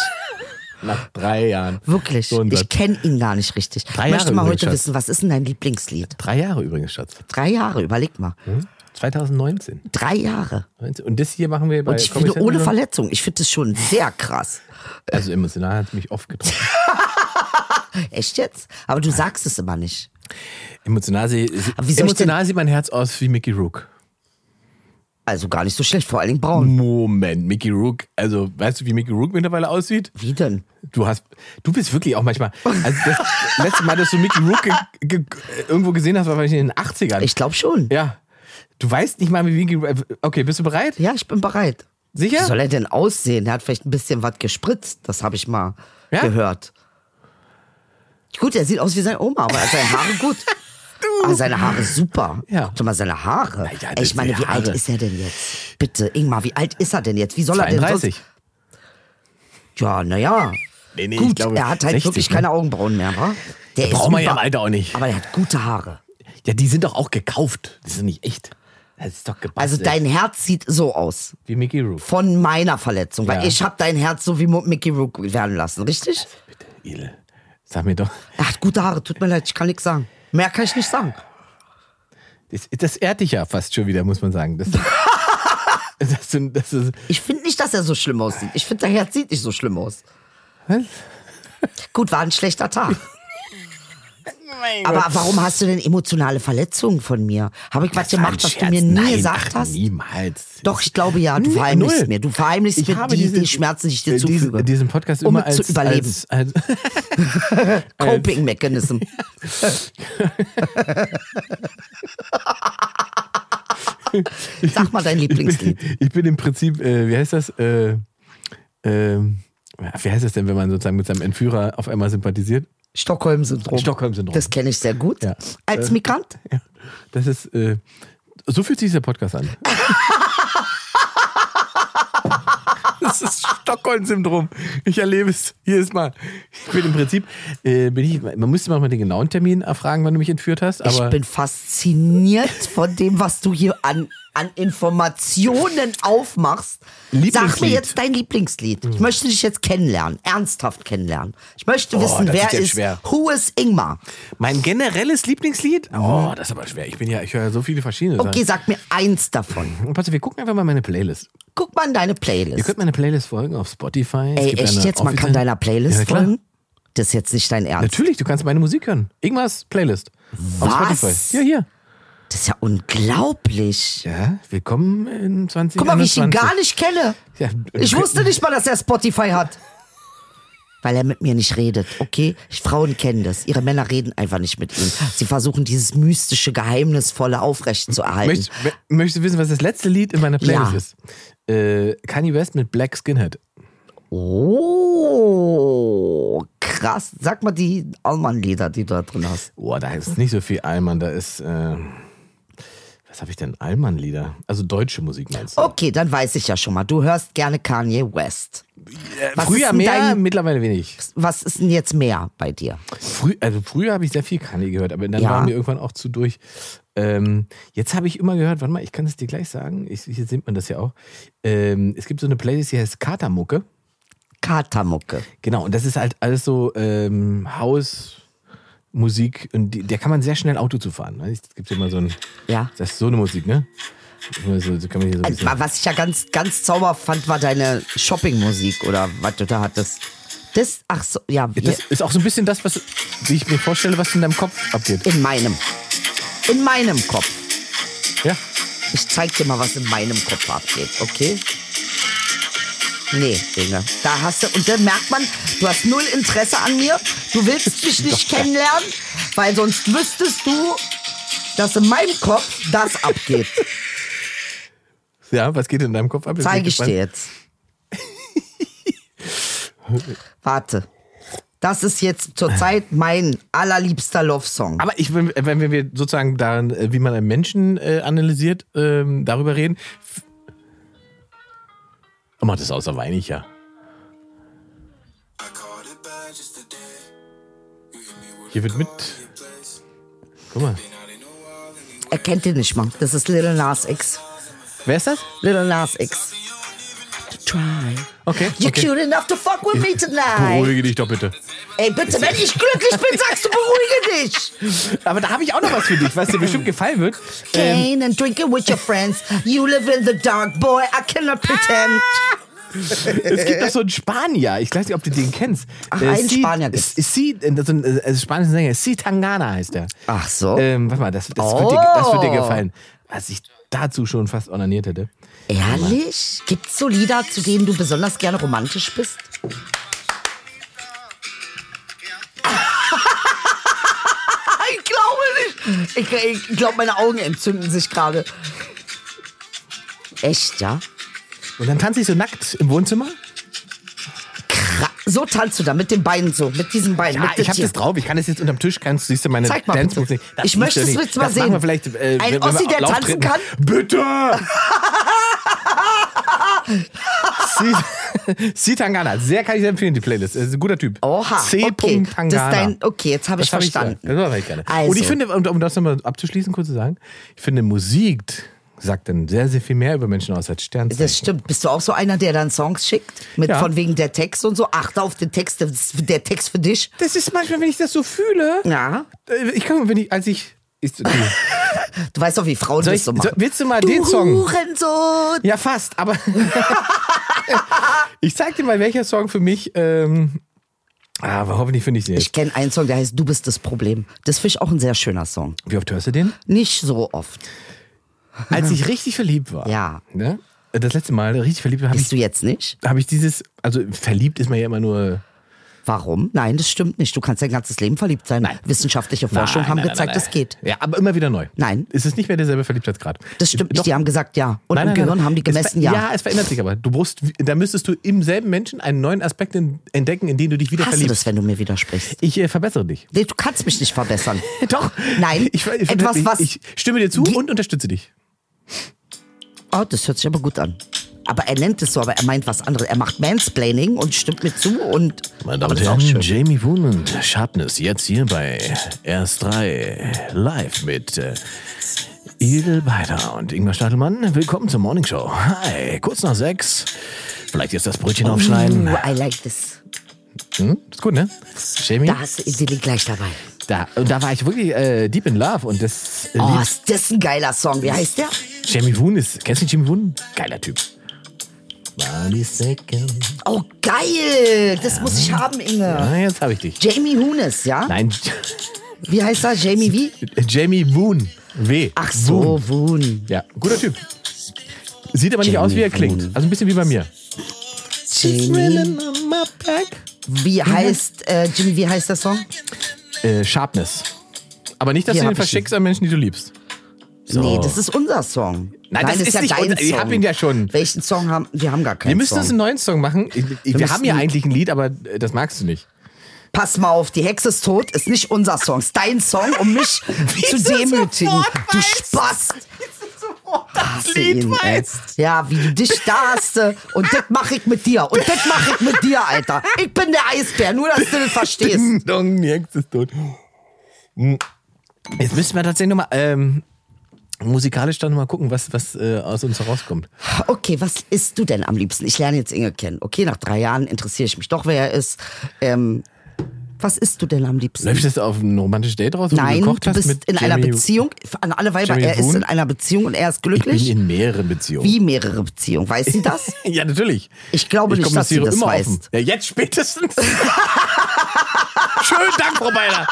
[SPEAKER 2] nach drei Jahren.
[SPEAKER 4] Wirklich.
[SPEAKER 2] So ein
[SPEAKER 4] ich
[SPEAKER 2] Satz.
[SPEAKER 4] kenne ihn gar nicht richtig. Ich
[SPEAKER 2] Drei
[SPEAKER 4] möchte
[SPEAKER 2] Jahre
[SPEAKER 4] mal
[SPEAKER 2] übrigens,
[SPEAKER 4] heute
[SPEAKER 2] Schatz.
[SPEAKER 4] wissen, was ist denn dein Lieblingslied?
[SPEAKER 2] drei Jahre übrigens, Schatz.
[SPEAKER 4] Drei Jahre, überleg mal.
[SPEAKER 2] Hm? 2019.
[SPEAKER 4] Drei Jahre.
[SPEAKER 2] 19. Und das hier machen wir bei
[SPEAKER 4] Und ich
[SPEAKER 2] Comedy
[SPEAKER 4] finde, ohne
[SPEAKER 2] Central.
[SPEAKER 4] Verletzung. Ich finde das schon sehr krass.
[SPEAKER 2] Also emotional hat es mich oft getroffen.
[SPEAKER 4] Echt jetzt? Aber du sagst es immer nicht.
[SPEAKER 2] <laughs> Emotional, sie,
[SPEAKER 4] wie soll ich
[SPEAKER 2] emotional sieht mein Herz aus wie Mickey Rook.
[SPEAKER 4] Also gar nicht so schlecht, vor allen Dingen braun.
[SPEAKER 2] Moment, Mickey Rook. Also, weißt du, wie Mickey Rook mittlerweile aussieht?
[SPEAKER 4] Wie denn?
[SPEAKER 2] Du hast, du bist wirklich auch manchmal. Also das letzte Mal, dass du Mickey Rook ge, ge, äh, irgendwo gesehen hast, war wahrscheinlich in den 80ern.
[SPEAKER 4] Ich glaube schon.
[SPEAKER 2] ja. Du weißt nicht mal, wie Mickey Rook. Okay, bist du bereit?
[SPEAKER 4] Ja, ich bin bereit.
[SPEAKER 2] Sicher?
[SPEAKER 4] Wie soll er denn aussehen? Er hat vielleicht ein bisschen was gespritzt. Das habe ich mal
[SPEAKER 2] Ja?
[SPEAKER 4] gehört. Gut, er sieht aus wie seine Oma, aber er hat seine Haare
[SPEAKER 2] <laughs>
[SPEAKER 4] gut. Aber seine Haare super.
[SPEAKER 2] Ja.
[SPEAKER 4] Guck doch mal, seine Haare.
[SPEAKER 2] ja,
[SPEAKER 4] Ey, ich
[SPEAKER 2] das-
[SPEAKER 4] meine,
[SPEAKER 2] die
[SPEAKER 4] wie alt
[SPEAKER 2] Haare.
[SPEAKER 4] ist er denn jetzt? Bitte, Ingmar, wie alt ist er denn jetzt? Wie soll er denn
[SPEAKER 2] 32.
[SPEAKER 4] sonst? Ja, naja.
[SPEAKER 2] Nee, nee, ich
[SPEAKER 4] gut,
[SPEAKER 2] glaube,
[SPEAKER 4] er hat halt
[SPEAKER 2] 60,
[SPEAKER 4] wirklich
[SPEAKER 2] ne?
[SPEAKER 4] keine Augenbrauen mehr, wa? Der
[SPEAKER 2] Braucht man ja im
[SPEAKER 4] super,
[SPEAKER 2] Alter auch nicht.
[SPEAKER 4] Aber er hat gute Haare.
[SPEAKER 2] Ja, die sind doch auch gekauft. Die sind nicht echt. Das ist doch gebastelt.
[SPEAKER 4] Also dein Herz sieht so aus.
[SPEAKER 2] Wie Mickey Rook.
[SPEAKER 4] von meiner Verletzung, weil
[SPEAKER 2] Ja.
[SPEAKER 4] ich habe dein Herz so wie Mo- Mickey Rook werden lassen, richtig?
[SPEAKER 2] Bitte, Edel. Sag mir doch.
[SPEAKER 4] Er hat gute Haare, tut mir leid, ich kann nichts sagen. Mehr kann ich nicht sagen.
[SPEAKER 2] Das, das ehrt dich ja fast schon wieder, muss man sagen. Das, <laughs> das, sind, das ist.
[SPEAKER 4] Ich finde nicht, dass er so schlimm aussieht. Ich finde, dein Herz sieht nicht so schlimm aus.
[SPEAKER 2] Was?
[SPEAKER 4] Gut, war ein
[SPEAKER 2] <laughs>
[SPEAKER 4] schlechter Tag. Aber warum hast du denn emotionale Verletzungen von mir? Habe ich was
[SPEAKER 2] war ein
[SPEAKER 4] gemacht, was du
[SPEAKER 2] Scherz.
[SPEAKER 4] mir nie
[SPEAKER 2] Nein,
[SPEAKER 4] gesagt
[SPEAKER 2] ach,
[SPEAKER 4] hast?
[SPEAKER 2] Niemals.
[SPEAKER 4] Doch, ich glaube ja, du
[SPEAKER 2] Null.
[SPEAKER 4] verheimlichst mir. Du verheimlichst
[SPEAKER 2] Ich
[SPEAKER 4] mir
[SPEAKER 2] habe
[SPEAKER 4] die,
[SPEAKER 2] diese-
[SPEAKER 4] die Schmerzen, die ich dir zufüge.
[SPEAKER 2] diesen, diesen Podcast
[SPEAKER 4] um
[SPEAKER 2] immer
[SPEAKER 4] es
[SPEAKER 2] als,
[SPEAKER 4] zu überleben.
[SPEAKER 2] als, als
[SPEAKER 4] Coping Mechanism. <laughs> Sag mal dein Lieblingslied.
[SPEAKER 2] ich bin im Prinzip, äh, wie heißt das? Äh, ähm, ja, wie heißt das denn, wenn man sozusagen mit seinem Entführer auf einmal sympathisiert?
[SPEAKER 4] Stockholm-Syndrom.
[SPEAKER 2] <laughs> Stockholm-Syndrom.
[SPEAKER 4] Das kenne ich sehr gut.
[SPEAKER 2] Ja. Äh,
[SPEAKER 4] Als Migrant?
[SPEAKER 2] Ja, das ist, äh, so fühlt sich dieser Podcast
[SPEAKER 4] <laughs>
[SPEAKER 2] an. Das ist Stockholm-Syndrom. Ich erlebe es jedes Mal. Ich bin im Prinzip, äh, bin ich, man müsste mal den genauen Termin erfragen, wann du mich entführt hast. Aber
[SPEAKER 4] ich bin fasziniert von dem, was du hier an, an Informationen aufmachst. Sag mir
[SPEAKER 2] Lieblingslied. Hm.
[SPEAKER 4] jetzt dein Lieblingslied. Ich möchte dich jetzt kennenlernen, ernsthaft kennenlernen. Ich möchte
[SPEAKER 2] Oh,
[SPEAKER 4] wissen,
[SPEAKER 2] das
[SPEAKER 4] wer
[SPEAKER 2] ist ja
[SPEAKER 4] ist,
[SPEAKER 2] schwer.
[SPEAKER 4] who is Ingmar?
[SPEAKER 2] Mein generelles Lieblingslied? Oh, das ist aber schwer. Ich bin ja, ich höre ja so viele verschiedene
[SPEAKER 4] Mhm. Okay, sag mir eins davon.
[SPEAKER 2] Sachen. Pass auf, wir gucken einfach mal meine Playlist.
[SPEAKER 4] Guck mal in deine
[SPEAKER 2] Ihr
[SPEAKER 4] Playlist.
[SPEAKER 2] könnt meine Playlist folgen auf Spotify. Es
[SPEAKER 4] Ey,
[SPEAKER 2] gibt
[SPEAKER 4] echt
[SPEAKER 2] eine
[SPEAKER 4] jetzt? Man kann
[SPEAKER 2] offizielle-
[SPEAKER 4] deiner Playlist
[SPEAKER 2] Ja, na klar.
[SPEAKER 4] folgen? Das ist jetzt nicht dein Ernst.
[SPEAKER 2] Natürlich, du kannst meine Musik hören. Ingmars Playlist. Auf
[SPEAKER 4] Was?
[SPEAKER 2] Spotify. Ja, hier.
[SPEAKER 4] Das ist ja unglaublich.
[SPEAKER 2] Ja, willkommen in 2021.
[SPEAKER 4] Guck mal, wie ich ihn gar nicht kenne.
[SPEAKER 2] Ja,
[SPEAKER 4] Ich
[SPEAKER 2] du-
[SPEAKER 4] wusste nicht mal, dass er Spotify hat. Weil er mit mir nicht redet, okay? Frauen kennen das. Ihre Männer reden einfach nicht mit ihm. Sie versuchen dieses mystische, geheimnisvolle aufrechtzuerhalten.
[SPEAKER 2] Möchtest, möchtest du wissen, was das letzte Lied in meiner Playlist
[SPEAKER 4] Ja.
[SPEAKER 2] ist? Äh, Kanye West mit Black Skinhead.
[SPEAKER 4] Oh, krass. Sag mal die Allmann-Lieder, die du da drin hast.
[SPEAKER 2] Boah, da ist nicht so viel Allmann. Da ist, äh, was habe ich denn? Allmann-Lieder. Also deutsche Musik meinst du?
[SPEAKER 4] Okay, dann weiß ich ja schon mal. Du hörst gerne Kanye West. Was ist
[SPEAKER 2] Äh, Früher
[SPEAKER 4] denn
[SPEAKER 2] mehr,
[SPEAKER 4] dein-
[SPEAKER 2] mittlerweile wenig.
[SPEAKER 4] Was ist denn jetzt mehr bei dir?
[SPEAKER 2] Frü also früher habe ich sehr viel Kanye gehört, aber dann
[SPEAKER 4] Ja.
[SPEAKER 2] waren wir irgendwann auch zu durch. Ähm, jetzt habe ich immer gehört, warte mal, ich kann es dir gleich sagen, ich, hier sieht man das ja auch. Ähm, es gibt so eine Playlist, die heißt Katermucke.
[SPEAKER 4] Katamucke.
[SPEAKER 2] Genau, und das ist halt alles so ähm, Haus. Musik, und die, der kann man sehr schnell Auto zu fahren. Ne? Es gibt immer so ein.
[SPEAKER 4] Ja.
[SPEAKER 2] Das ist so eine Musik, ne? Immer So, so kann man hier so ein bisschen,
[SPEAKER 4] Also, Was ich ja ganz, ganz zauber fand, war deine Shoppingmusik oder was du da hattest. Das, ach so, ja,
[SPEAKER 2] das ist auch so ein bisschen das, was wie ich mir vorstelle, was in deinem Kopf abgeht.
[SPEAKER 4] in meinem. In meinem Kopf.
[SPEAKER 2] Ja.
[SPEAKER 4] Ich zeig dir mal, was in meinem Kopf abgeht, okay? Nee, Inge. Da hast du, und dann merkt man, du hast null Interesse an mir. Du willst <laughs> mich nicht kennenlernen, weil sonst wüsstest du, dass in meinem Kopf das abgeht.
[SPEAKER 2] Ja, was geht in deinem Kopf ab? Jetzt bin
[SPEAKER 4] Zeige ich
[SPEAKER 2] gespannt.
[SPEAKER 4] dir jetzt. Warte. Das ist jetzt zurzeit mein allerliebster Love-Song.
[SPEAKER 2] Aber ich, wenn wenn wir sozusagen daran, äh, wie man einen Menschen äh, analysiert, ähm, darüber reden. f- Oh, macht das aus, da weine ich ja. Hier wird mit. Guck mal.
[SPEAKER 4] Er kennt den nicht mal. Das ist Little Nas X.
[SPEAKER 2] Wer ist das?
[SPEAKER 4] Little Nas X. Try.
[SPEAKER 2] Okay.
[SPEAKER 4] You're
[SPEAKER 2] okay.
[SPEAKER 4] cute enough to fuck with me tonight.
[SPEAKER 2] Beruhige dich doch bitte.
[SPEAKER 4] Ey, bitte, wenn ich glücklich bin, sagst du, beruhige dich.
[SPEAKER 2] Aber da habe ich auch noch was für dich, was dir bestimmt gefallen <laughs> wird. Ähm,
[SPEAKER 4] Cane and drinking with your friends. You live in the dark, boy. I cannot pretend.
[SPEAKER 2] es gibt doch so einen Spanier, ich weiß nicht, ob du den kennst.
[SPEAKER 4] Ach, einen
[SPEAKER 2] C-
[SPEAKER 4] Spanier gibt's.
[SPEAKER 2] C, äh, so ein äh, spanischer Sänger, C. Tangana heißt der.
[SPEAKER 4] Ach so. Oh.
[SPEAKER 2] Ähm, warte mal, das, das, wird dir, das wird dir gefallen. Was ich dazu schon fast ordiniert hätte.
[SPEAKER 4] Ehrlich? Gibt's so Lieder, zu denen du besonders gerne romantisch bist? <laughs> ich glaube nicht. Ich, ich glaube, meine Augen entzünden sich gerade. Echt, ja?
[SPEAKER 2] Und dann tanze ich so nackt im Wohnzimmer.
[SPEAKER 4] Ra- So tanzt du da mit den Beinen so, mit diesen Beinen.
[SPEAKER 2] Ja,
[SPEAKER 4] mit
[SPEAKER 2] ich
[SPEAKER 4] dem
[SPEAKER 2] habe
[SPEAKER 4] hier.
[SPEAKER 2] das drauf. Ich kann das jetzt unterm Tisch. Kannst siehst du meine
[SPEAKER 4] Zeig mal
[SPEAKER 2] Dance Moves
[SPEAKER 4] bitte.
[SPEAKER 2] nicht? Das
[SPEAKER 4] Ich
[SPEAKER 2] siehst
[SPEAKER 4] möchte
[SPEAKER 2] du
[SPEAKER 4] es
[SPEAKER 2] nicht.
[SPEAKER 4] jetzt mal
[SPEAKER 2] das machen Wir
[SPEAKER 4] sehen.
[SPEAKER 2] vielleicht, äh,
[SPEAKER 4] Ein
[SPEAKER 2] wenn- wenn
[SPEAKER 4] Ossi,
[SPEAKER 2] wir
[SPEAKER 4] der
[SPEAKER 2] laut
[SPEAKER 4] tanzen
[SPEAKER 2] treten.
[SPEAKER 4] kann? <laughs>
[SPEAKER 2] Bitte! Sie- Sie Tangana, sehr kann ich sehr empfehlen, die Playlist. Das ist ein guter Typ.
[SPEAKER 4] Oha,
[SPEAKER 2] C.
[SPEAKER 4] okay.
[SPEAKER 2] Tangana.
[SPEAKER 4] Das ist dein- okay, jetzt habe ich
[SPEAKER 2] Das hab
[SPEAKER 4] verstanden.
[SPEAKER 2] Ich, das mache ich gerne.
[SPEAKER 4] Also.
[SPEAKER 2] Und ich finde, um, um das nochmal abzuschließen, kurz zu sagen, ich finde, Musik sagt dann sehr, sehr viel mehr über Menschen aus als Sternzeichen.
[SPEAKER 4] Das stimmt. Bist du auch so einer, der dann Songs schickt? Mit
[SPEAKER 2] Ja.
[SPEAKER 4] von wegen der Text und so? Achte auf den Text, das ist der Text für dich.
[SPEAKER 2] Das ist manchmal, wenn ich das so fühle.
[SPEAKER 4] Ja.
[SPEAKER 2] Äh, Ich kann, wenn ich, als ich. Ist,
[SPEAKER 4] Du weißt doch, wie Frauen
[SPEAKER 2] Soll
[SPEAKER 4] das
[SPEAKER 2] ich-
[SPEAKER 4] so machen.
[SPEAKER 2] so- willst du mal
[SPEAKER 4] du
[SPEAKER 2] den Song?
[SPEAKER 4] Hurensohn.
[SPEAKER 2] ja, fast, aber. <laughs> ich zeig dir mal, welcher Song für mich. Ähm, aber hoffentlich finde ich den.
[SPEAKER 4] Ich kenne einen Song, der heißt Du bist das Problem. Das finde ich auch ein sehr schöner Song.
[SPEAKER 2] Wie oft hörst du den?
[SPEAKER 4] Nicht so oft.
[SPEAKER 2] Als ich richtig verliebt war.
[SPEAKER 4] Ja.
[SPEAKER 2] Ne? Das letzte Mal richtig verliebt war, habe
[SPEAKER 4] Bist
[SPEAKER 2] ich,
[SPEAKER 4] du jetzt nicht?
[SPEAKER 2] hab ich dieses. Also, verliebt ist man ja immer nur.
[SPEAKER 4] Warum? Nein, das stimmt nicht. Du kannst dein ganzes Leben verliebt sein. Wissenschaftliche Forschung
[SPEAKER 2] Nein,
[SPEAKER 4] haben
[SPEAKER 2] nein,
[SPEAKER 4] gezeigt,
[SPEAKER 2] nein,
[SPEAKER 4] das
[SPEAKER 2] nein.
[SPEAKER 4] geht.
[SPEAKER 2] Ja, aber immer wieder neu.
[SPEAKER 4] Nein.
[SPEAKER 2] Es ist nicht mehr derselbe Verliebtheitsgrad.
[SPEAKER 4] Das stimmt
[SPEAKER 2] Doch.
[SPEAKER 4] nicht. Die haben gesagt ja. Und
[SPEAKER 2] Nein,
[SPEAKER 4] im
[SPEAKER 2] nein,
[SPEAKER 4] Gehirn
[SPEAKER 2] nein.
[SPEAKER 4] haben die
[SPEAKER 2] Es
[SPEAKER 4] gemessen
[SPEAKER 2] ver-
[SPEAKER 4] ja.
[SPEAKER 2] Ja, es verändert sich aber. Du brust, da müsstest du im selben Menschen einen neuen Aspekt in- entdecken, in den du dich wieder
[SPEAKER 4] Hast du
[SPEAKER 2] verliebst.
[SPEAKER 4] das, wenn du mir widersprichst?
[SPEAKER 2] Ich äh, verbessere
[SPEAKER 4] <laughs>
[SPEAKER 2] dich.
[SPEAKER 4] Nee, du kannst mich nicht verbessern.
[SPEAKER 2] Doch.
[SPEAKER 4] Nein,
[SPEAKER 2] Ich, ich,
[SPEAKER 4] etwas,
[SPEAKER 2] ich,
[SPEAKER 4] was-
[SPEAKER 2] Ich stimme dir zu
[SPEAKER 4] Ge-
[SPEAKER 2] und unterstütze dich.
[SPEAKER 4] Oh, das hört sich aber gut an. Aber er nennt es so, aber er meint was anderes. Er macht Mansplaining und stimmt mir zu und.
[SPEAKER 5] Meine Damen
[SPEAKER 4] aber
[SPEAKER 5] und
[SPEAKER 4] das ist auch
[SPEAKER 5] Herren,
[SPEAKER 4] schön.
[SPEAKER 5] Jamie Woon und Sharpness jetzt hier bei RS3 live mit äh, Idel Beider und Ingmar Stadelmann. Willkommen zur Morning Show. Hi, kurz nach sechs. Vielleicht jetzt das Brötchen aufschneiden.
[SPEAKER 4] Ooh, I like this.
[SPEAKER 2] Hm? Ist gut, ne? Shaming.
[SPEAKER 4] Da hast du Idili gleich dabei.
[SPEAKER 2] Da, und da war ich wirklich äh, deep in love und das äh,
[SPEAKER 4] Oh,
[SPEAKER 2] Lied-
[SPEAKER 4] ist das ein geiler Song. Wie heißt der?
[SPEAKER 2] Jamie Woon ist. Kennst du Jamie Woon? Geiler Typ. Body second.
[SPEAKER 4] Oh, geil. Das muss ich haben, Inge.
[SPEAKER 2] Ah, jetzt habe ich dich.
[SPEAKER 4] Jamie Hunes, ja?
[SPEAKER 2] Nein, <laughs>
[SPEAKER 4] Wie heißt er? Jamie wie?
[SPEAKER 2] Jamie Woon. W.
[SPEAKER 4] Ach so, Woon.
[SPEAKER 2] Ja, guter Typ. Sieht aber nicht
[SPEAKER 4] Jamie
[SPEAKER 2] aus, wie er klingt.
[SPEAKER 4] Woon.
[SPEAKER 2] Also ein bisschen wie bei mir.
[SPEAKER 4] Jamie. Wie heißt, äh, Jimmy, wie heißt der Song?
[SPEAKER 2] Äh, Sharpness. Aber nicht, dass
[SPEAKER 4] Hier
[SPEAKER 2] du den
[SPEAKER 4] hab ich
[SPEAKER 2] verschickst an Menschen, die du liebst.
[SPEAKER 4] Nee, das ist unser Song.
[SPEAKER 2] Nein, das ist nicht unser- ich hab ihn ja schon.
[SPEAKER 4] Welchen Song haben wir? haben gar keinen
[SPEAKER 2] Wir müssen
[SPEAKER 4] Song.
[SPEAKER 2] uns einen neuen Song machen. Ich, ich, wir
[SPEAKER 4] müssen-
[SPEAKER 2] haben ja eigentlich ein Lied, aber äh, das magst du nicht.
[SPEAKER 4] Pass mal auf, die Hexe ist tot, ist nicht unser Song, ist dein Song, um mich zu demütigen. Du Spaß! Hasse ihn, ey. Ja, wie du dich da hast. äh, Und das mache ich mit dir. Und das mache ich mit dir, Alter. Ich bin der Eisbär, nur dass du das verstehst.
[SPEAKER 2] Dong, die Hexe ist tot. Hm. Jetzt müssen wir tatsächlich nochmal ähm, musikalisch dann nochmal gucken, was, was äh, aus uns herauskommt.
[SPEAKER 4] Okay, was isst du denn am liebsten? Ich lerne jetzt Inge kennen. Okay, nach drei Jahren interessiere ich mich doch, wer er ist. Ähm, was isst du denn am liebsten?
[SPEAKER 2] Läuft das auf ein romantisches Date raus, wo du
[SPEAKER 4] Nein, du,
[SPEAKER 2] gekocht hast
[SPEAKER 4] bist
[SPEAKER 2] mit
[SPEAKER 4] in einer
[SPEAKER 2] Jamie-
[SPEAKER 4] Beziehung. An alle Weiber,
[SPEAKER 2] Jamie
[SPEAKER 4] er ist
[SPEAKER 2] Woon?
[SPEAKER 4] in einer Beziehung und er ist
[SPEAKER 2] Ich bin
[SPEAKER 4] glücklich.
[SPEAKER 2] in mehreren Beziehungen.
[SPEAKER 4] Wie mehrere Beziehungen, weiß
[SPEAKER 2] <laughs>
[SPEAKER 4] sie das?
[SPEAKER 2] Ja, natürlich.
[SPEAKER 4] Ich glaube nicht, dass sie
[SPEAKER 2] kommuniziere
[SPEAKER 4] das
[SPEAKER 2] immer
[SPEAKER 4] weiß.
[SPEAKER 2] offen. Ja, jetzt spätestens. <laughs> Schönen Dank, Frau <laughs> Beiler.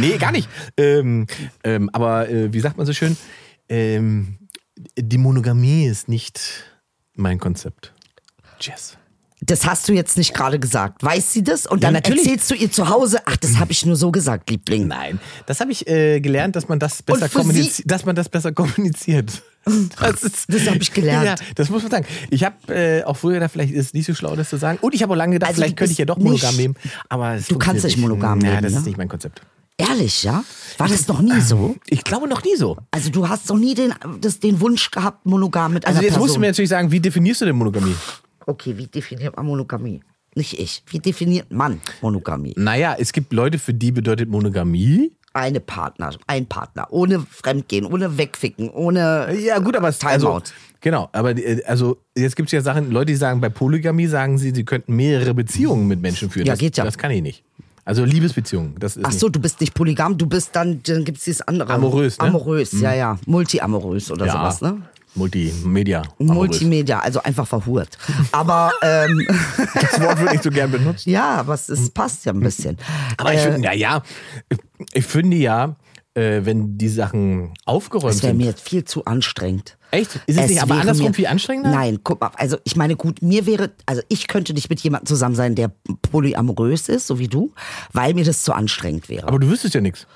[SPEAKER 2] Nee, gar nicht. Ähm, ähm, aber äh, wie sagt man so schön? Ähm, die Monogamie ist nicht mein Konzept. Jess.
[SPEAKER 4] Das hast du jetzt nicht gerade gesagt. Weiß sie das? Und dann
[SPEAKER 2] natürlich.
[SPEAKER 4] erzählst du ihr zu Hause, ach, das habe ich nur so gesagt, Liebling.
[SPEAKER 2] Nein, das habe ich äh, gelernt, dass man das besser
[SPEAKER 4] für
[SPEAKER 2] kommuniziert,
[SPEAKER 4] Sie-
[SPEAKER 2] dass man das besser kommuniziert. <laughs> Das, ist-
[SPEAKER 4] Das hab ich gelernt.
[SPEAKER 2] Ja, das muss man sagen. Ich habe äh, auch früher gedacht, vielleicht ist es nicht so schlau, das zu sagen. Und ich habe auch lange gedacht,
[SPEAKER 4] Also,
[SPEAKER 2] vielleicht
[SPEAKER 4] du
[SPEAKER 2] könnte ich
[SPEAKER 4] bist
[SPEAKER 2] ja doch monogam
[SPEAKER 4] nicht-
[SPEAKER 2] nehmen. Aber es
[SPEAKER 4] Du kannst
[SPEAKER 2] funktioniert
[SPEAKER 4] nicht monogam
[SPEAKER 2] Ja,
[SPEAKER 4] leben,
[SPEAKER 2] das ist
[SPEAKER 4] ne?
[SPEAKER 2] nicht mein Konzept.
[SPEAKER 4] Ehrlich, ja? War das noch nie so?
[SPEAKER 2] Ich glaube noch nie so.
[SPEAKER 4] Also du hast noch nie den, das, den Wunsch gehabt, monogam mit einer
[SPEAKER 2] Also jetzt
[SPEAKER 4] Person.
[SPEAKER 2] musst du mir natürlich sagen, wie definierst du denn Monogamie?
[SPEAKER 4] okay, wie definiert man Monogamie? Nicht ich. Wie definiert man Monogamie?
[SPEAKER 2] Naja, es gibt Leute, für die bedeutet Monogamie.
[SPEAKER 4] Eine Partner, ein Partner, ohne Fremdgehen, ohne Wegficken, ohne
[SPEAKER 2] Ja, gut, aber es
[SPEAKER 4] Timeout.
[SPEAKER 2] Also, genau, aber äh, also jetzt gibt es ja Sachen, Leute, die sagen, bei Polygamie sagen sie, sie könnten mehrere Beziehungen mit Menschen führen.
[SPEAKER 4] Ja,
[SPEAKER 2] das,
[SPEAKER 4] geht ja.
[SPEAKER 2] Das kann ich nicht. Also Liebesbeziehungen, das ist
[SPEAKER 4] Ach so, du bist nicht polygam, du bist dann, dann gibt's dieses andere.
[SPEAKER 2] Amorös, ne?
[SPEAKER 4] Amorös, ja, ja. Multiamorös oder
[SPEAKER 2] nicht.
[SPEAKER 4] sowas, ne?
[SPEAKER 2] Multimedia.
[SPEAKER 4] Multimedia, also einfach verhurt. Aber ähm,
[SPEAKER 2] Das Wort würde ich so gern benutzen.
[SPEAKER 4] ja, aber es ist, passt ja ein bisschen.
[SPEAKER 2] Aber ich
[SPEAKER 4] Äh,
[SPEAKER 2] finde, naja, ich finde ja, äh, wenn die Sachen aufgeräumt
[SPEAKER 4] Das wäre
[SPEAKER 2] sind.
[SPEAKER 4] mir jetzt viel zu anstrengend.
[SPEAKER 2] Echt? Ist es nicht aber
[SPEAKER 4] wäre
[SPEAKER 2] andersrum viel anstrengender?
[SPEAKER 4] Nein, guck mal, also ich meine, gut, mir wäre, also ich könnte nicht mit jemandem zusammen sein, der polyamorös ist, so wie du, weil mir das zu anstrengend wäre.
[SPEAKER 2] aber du wüsstest ja nichts.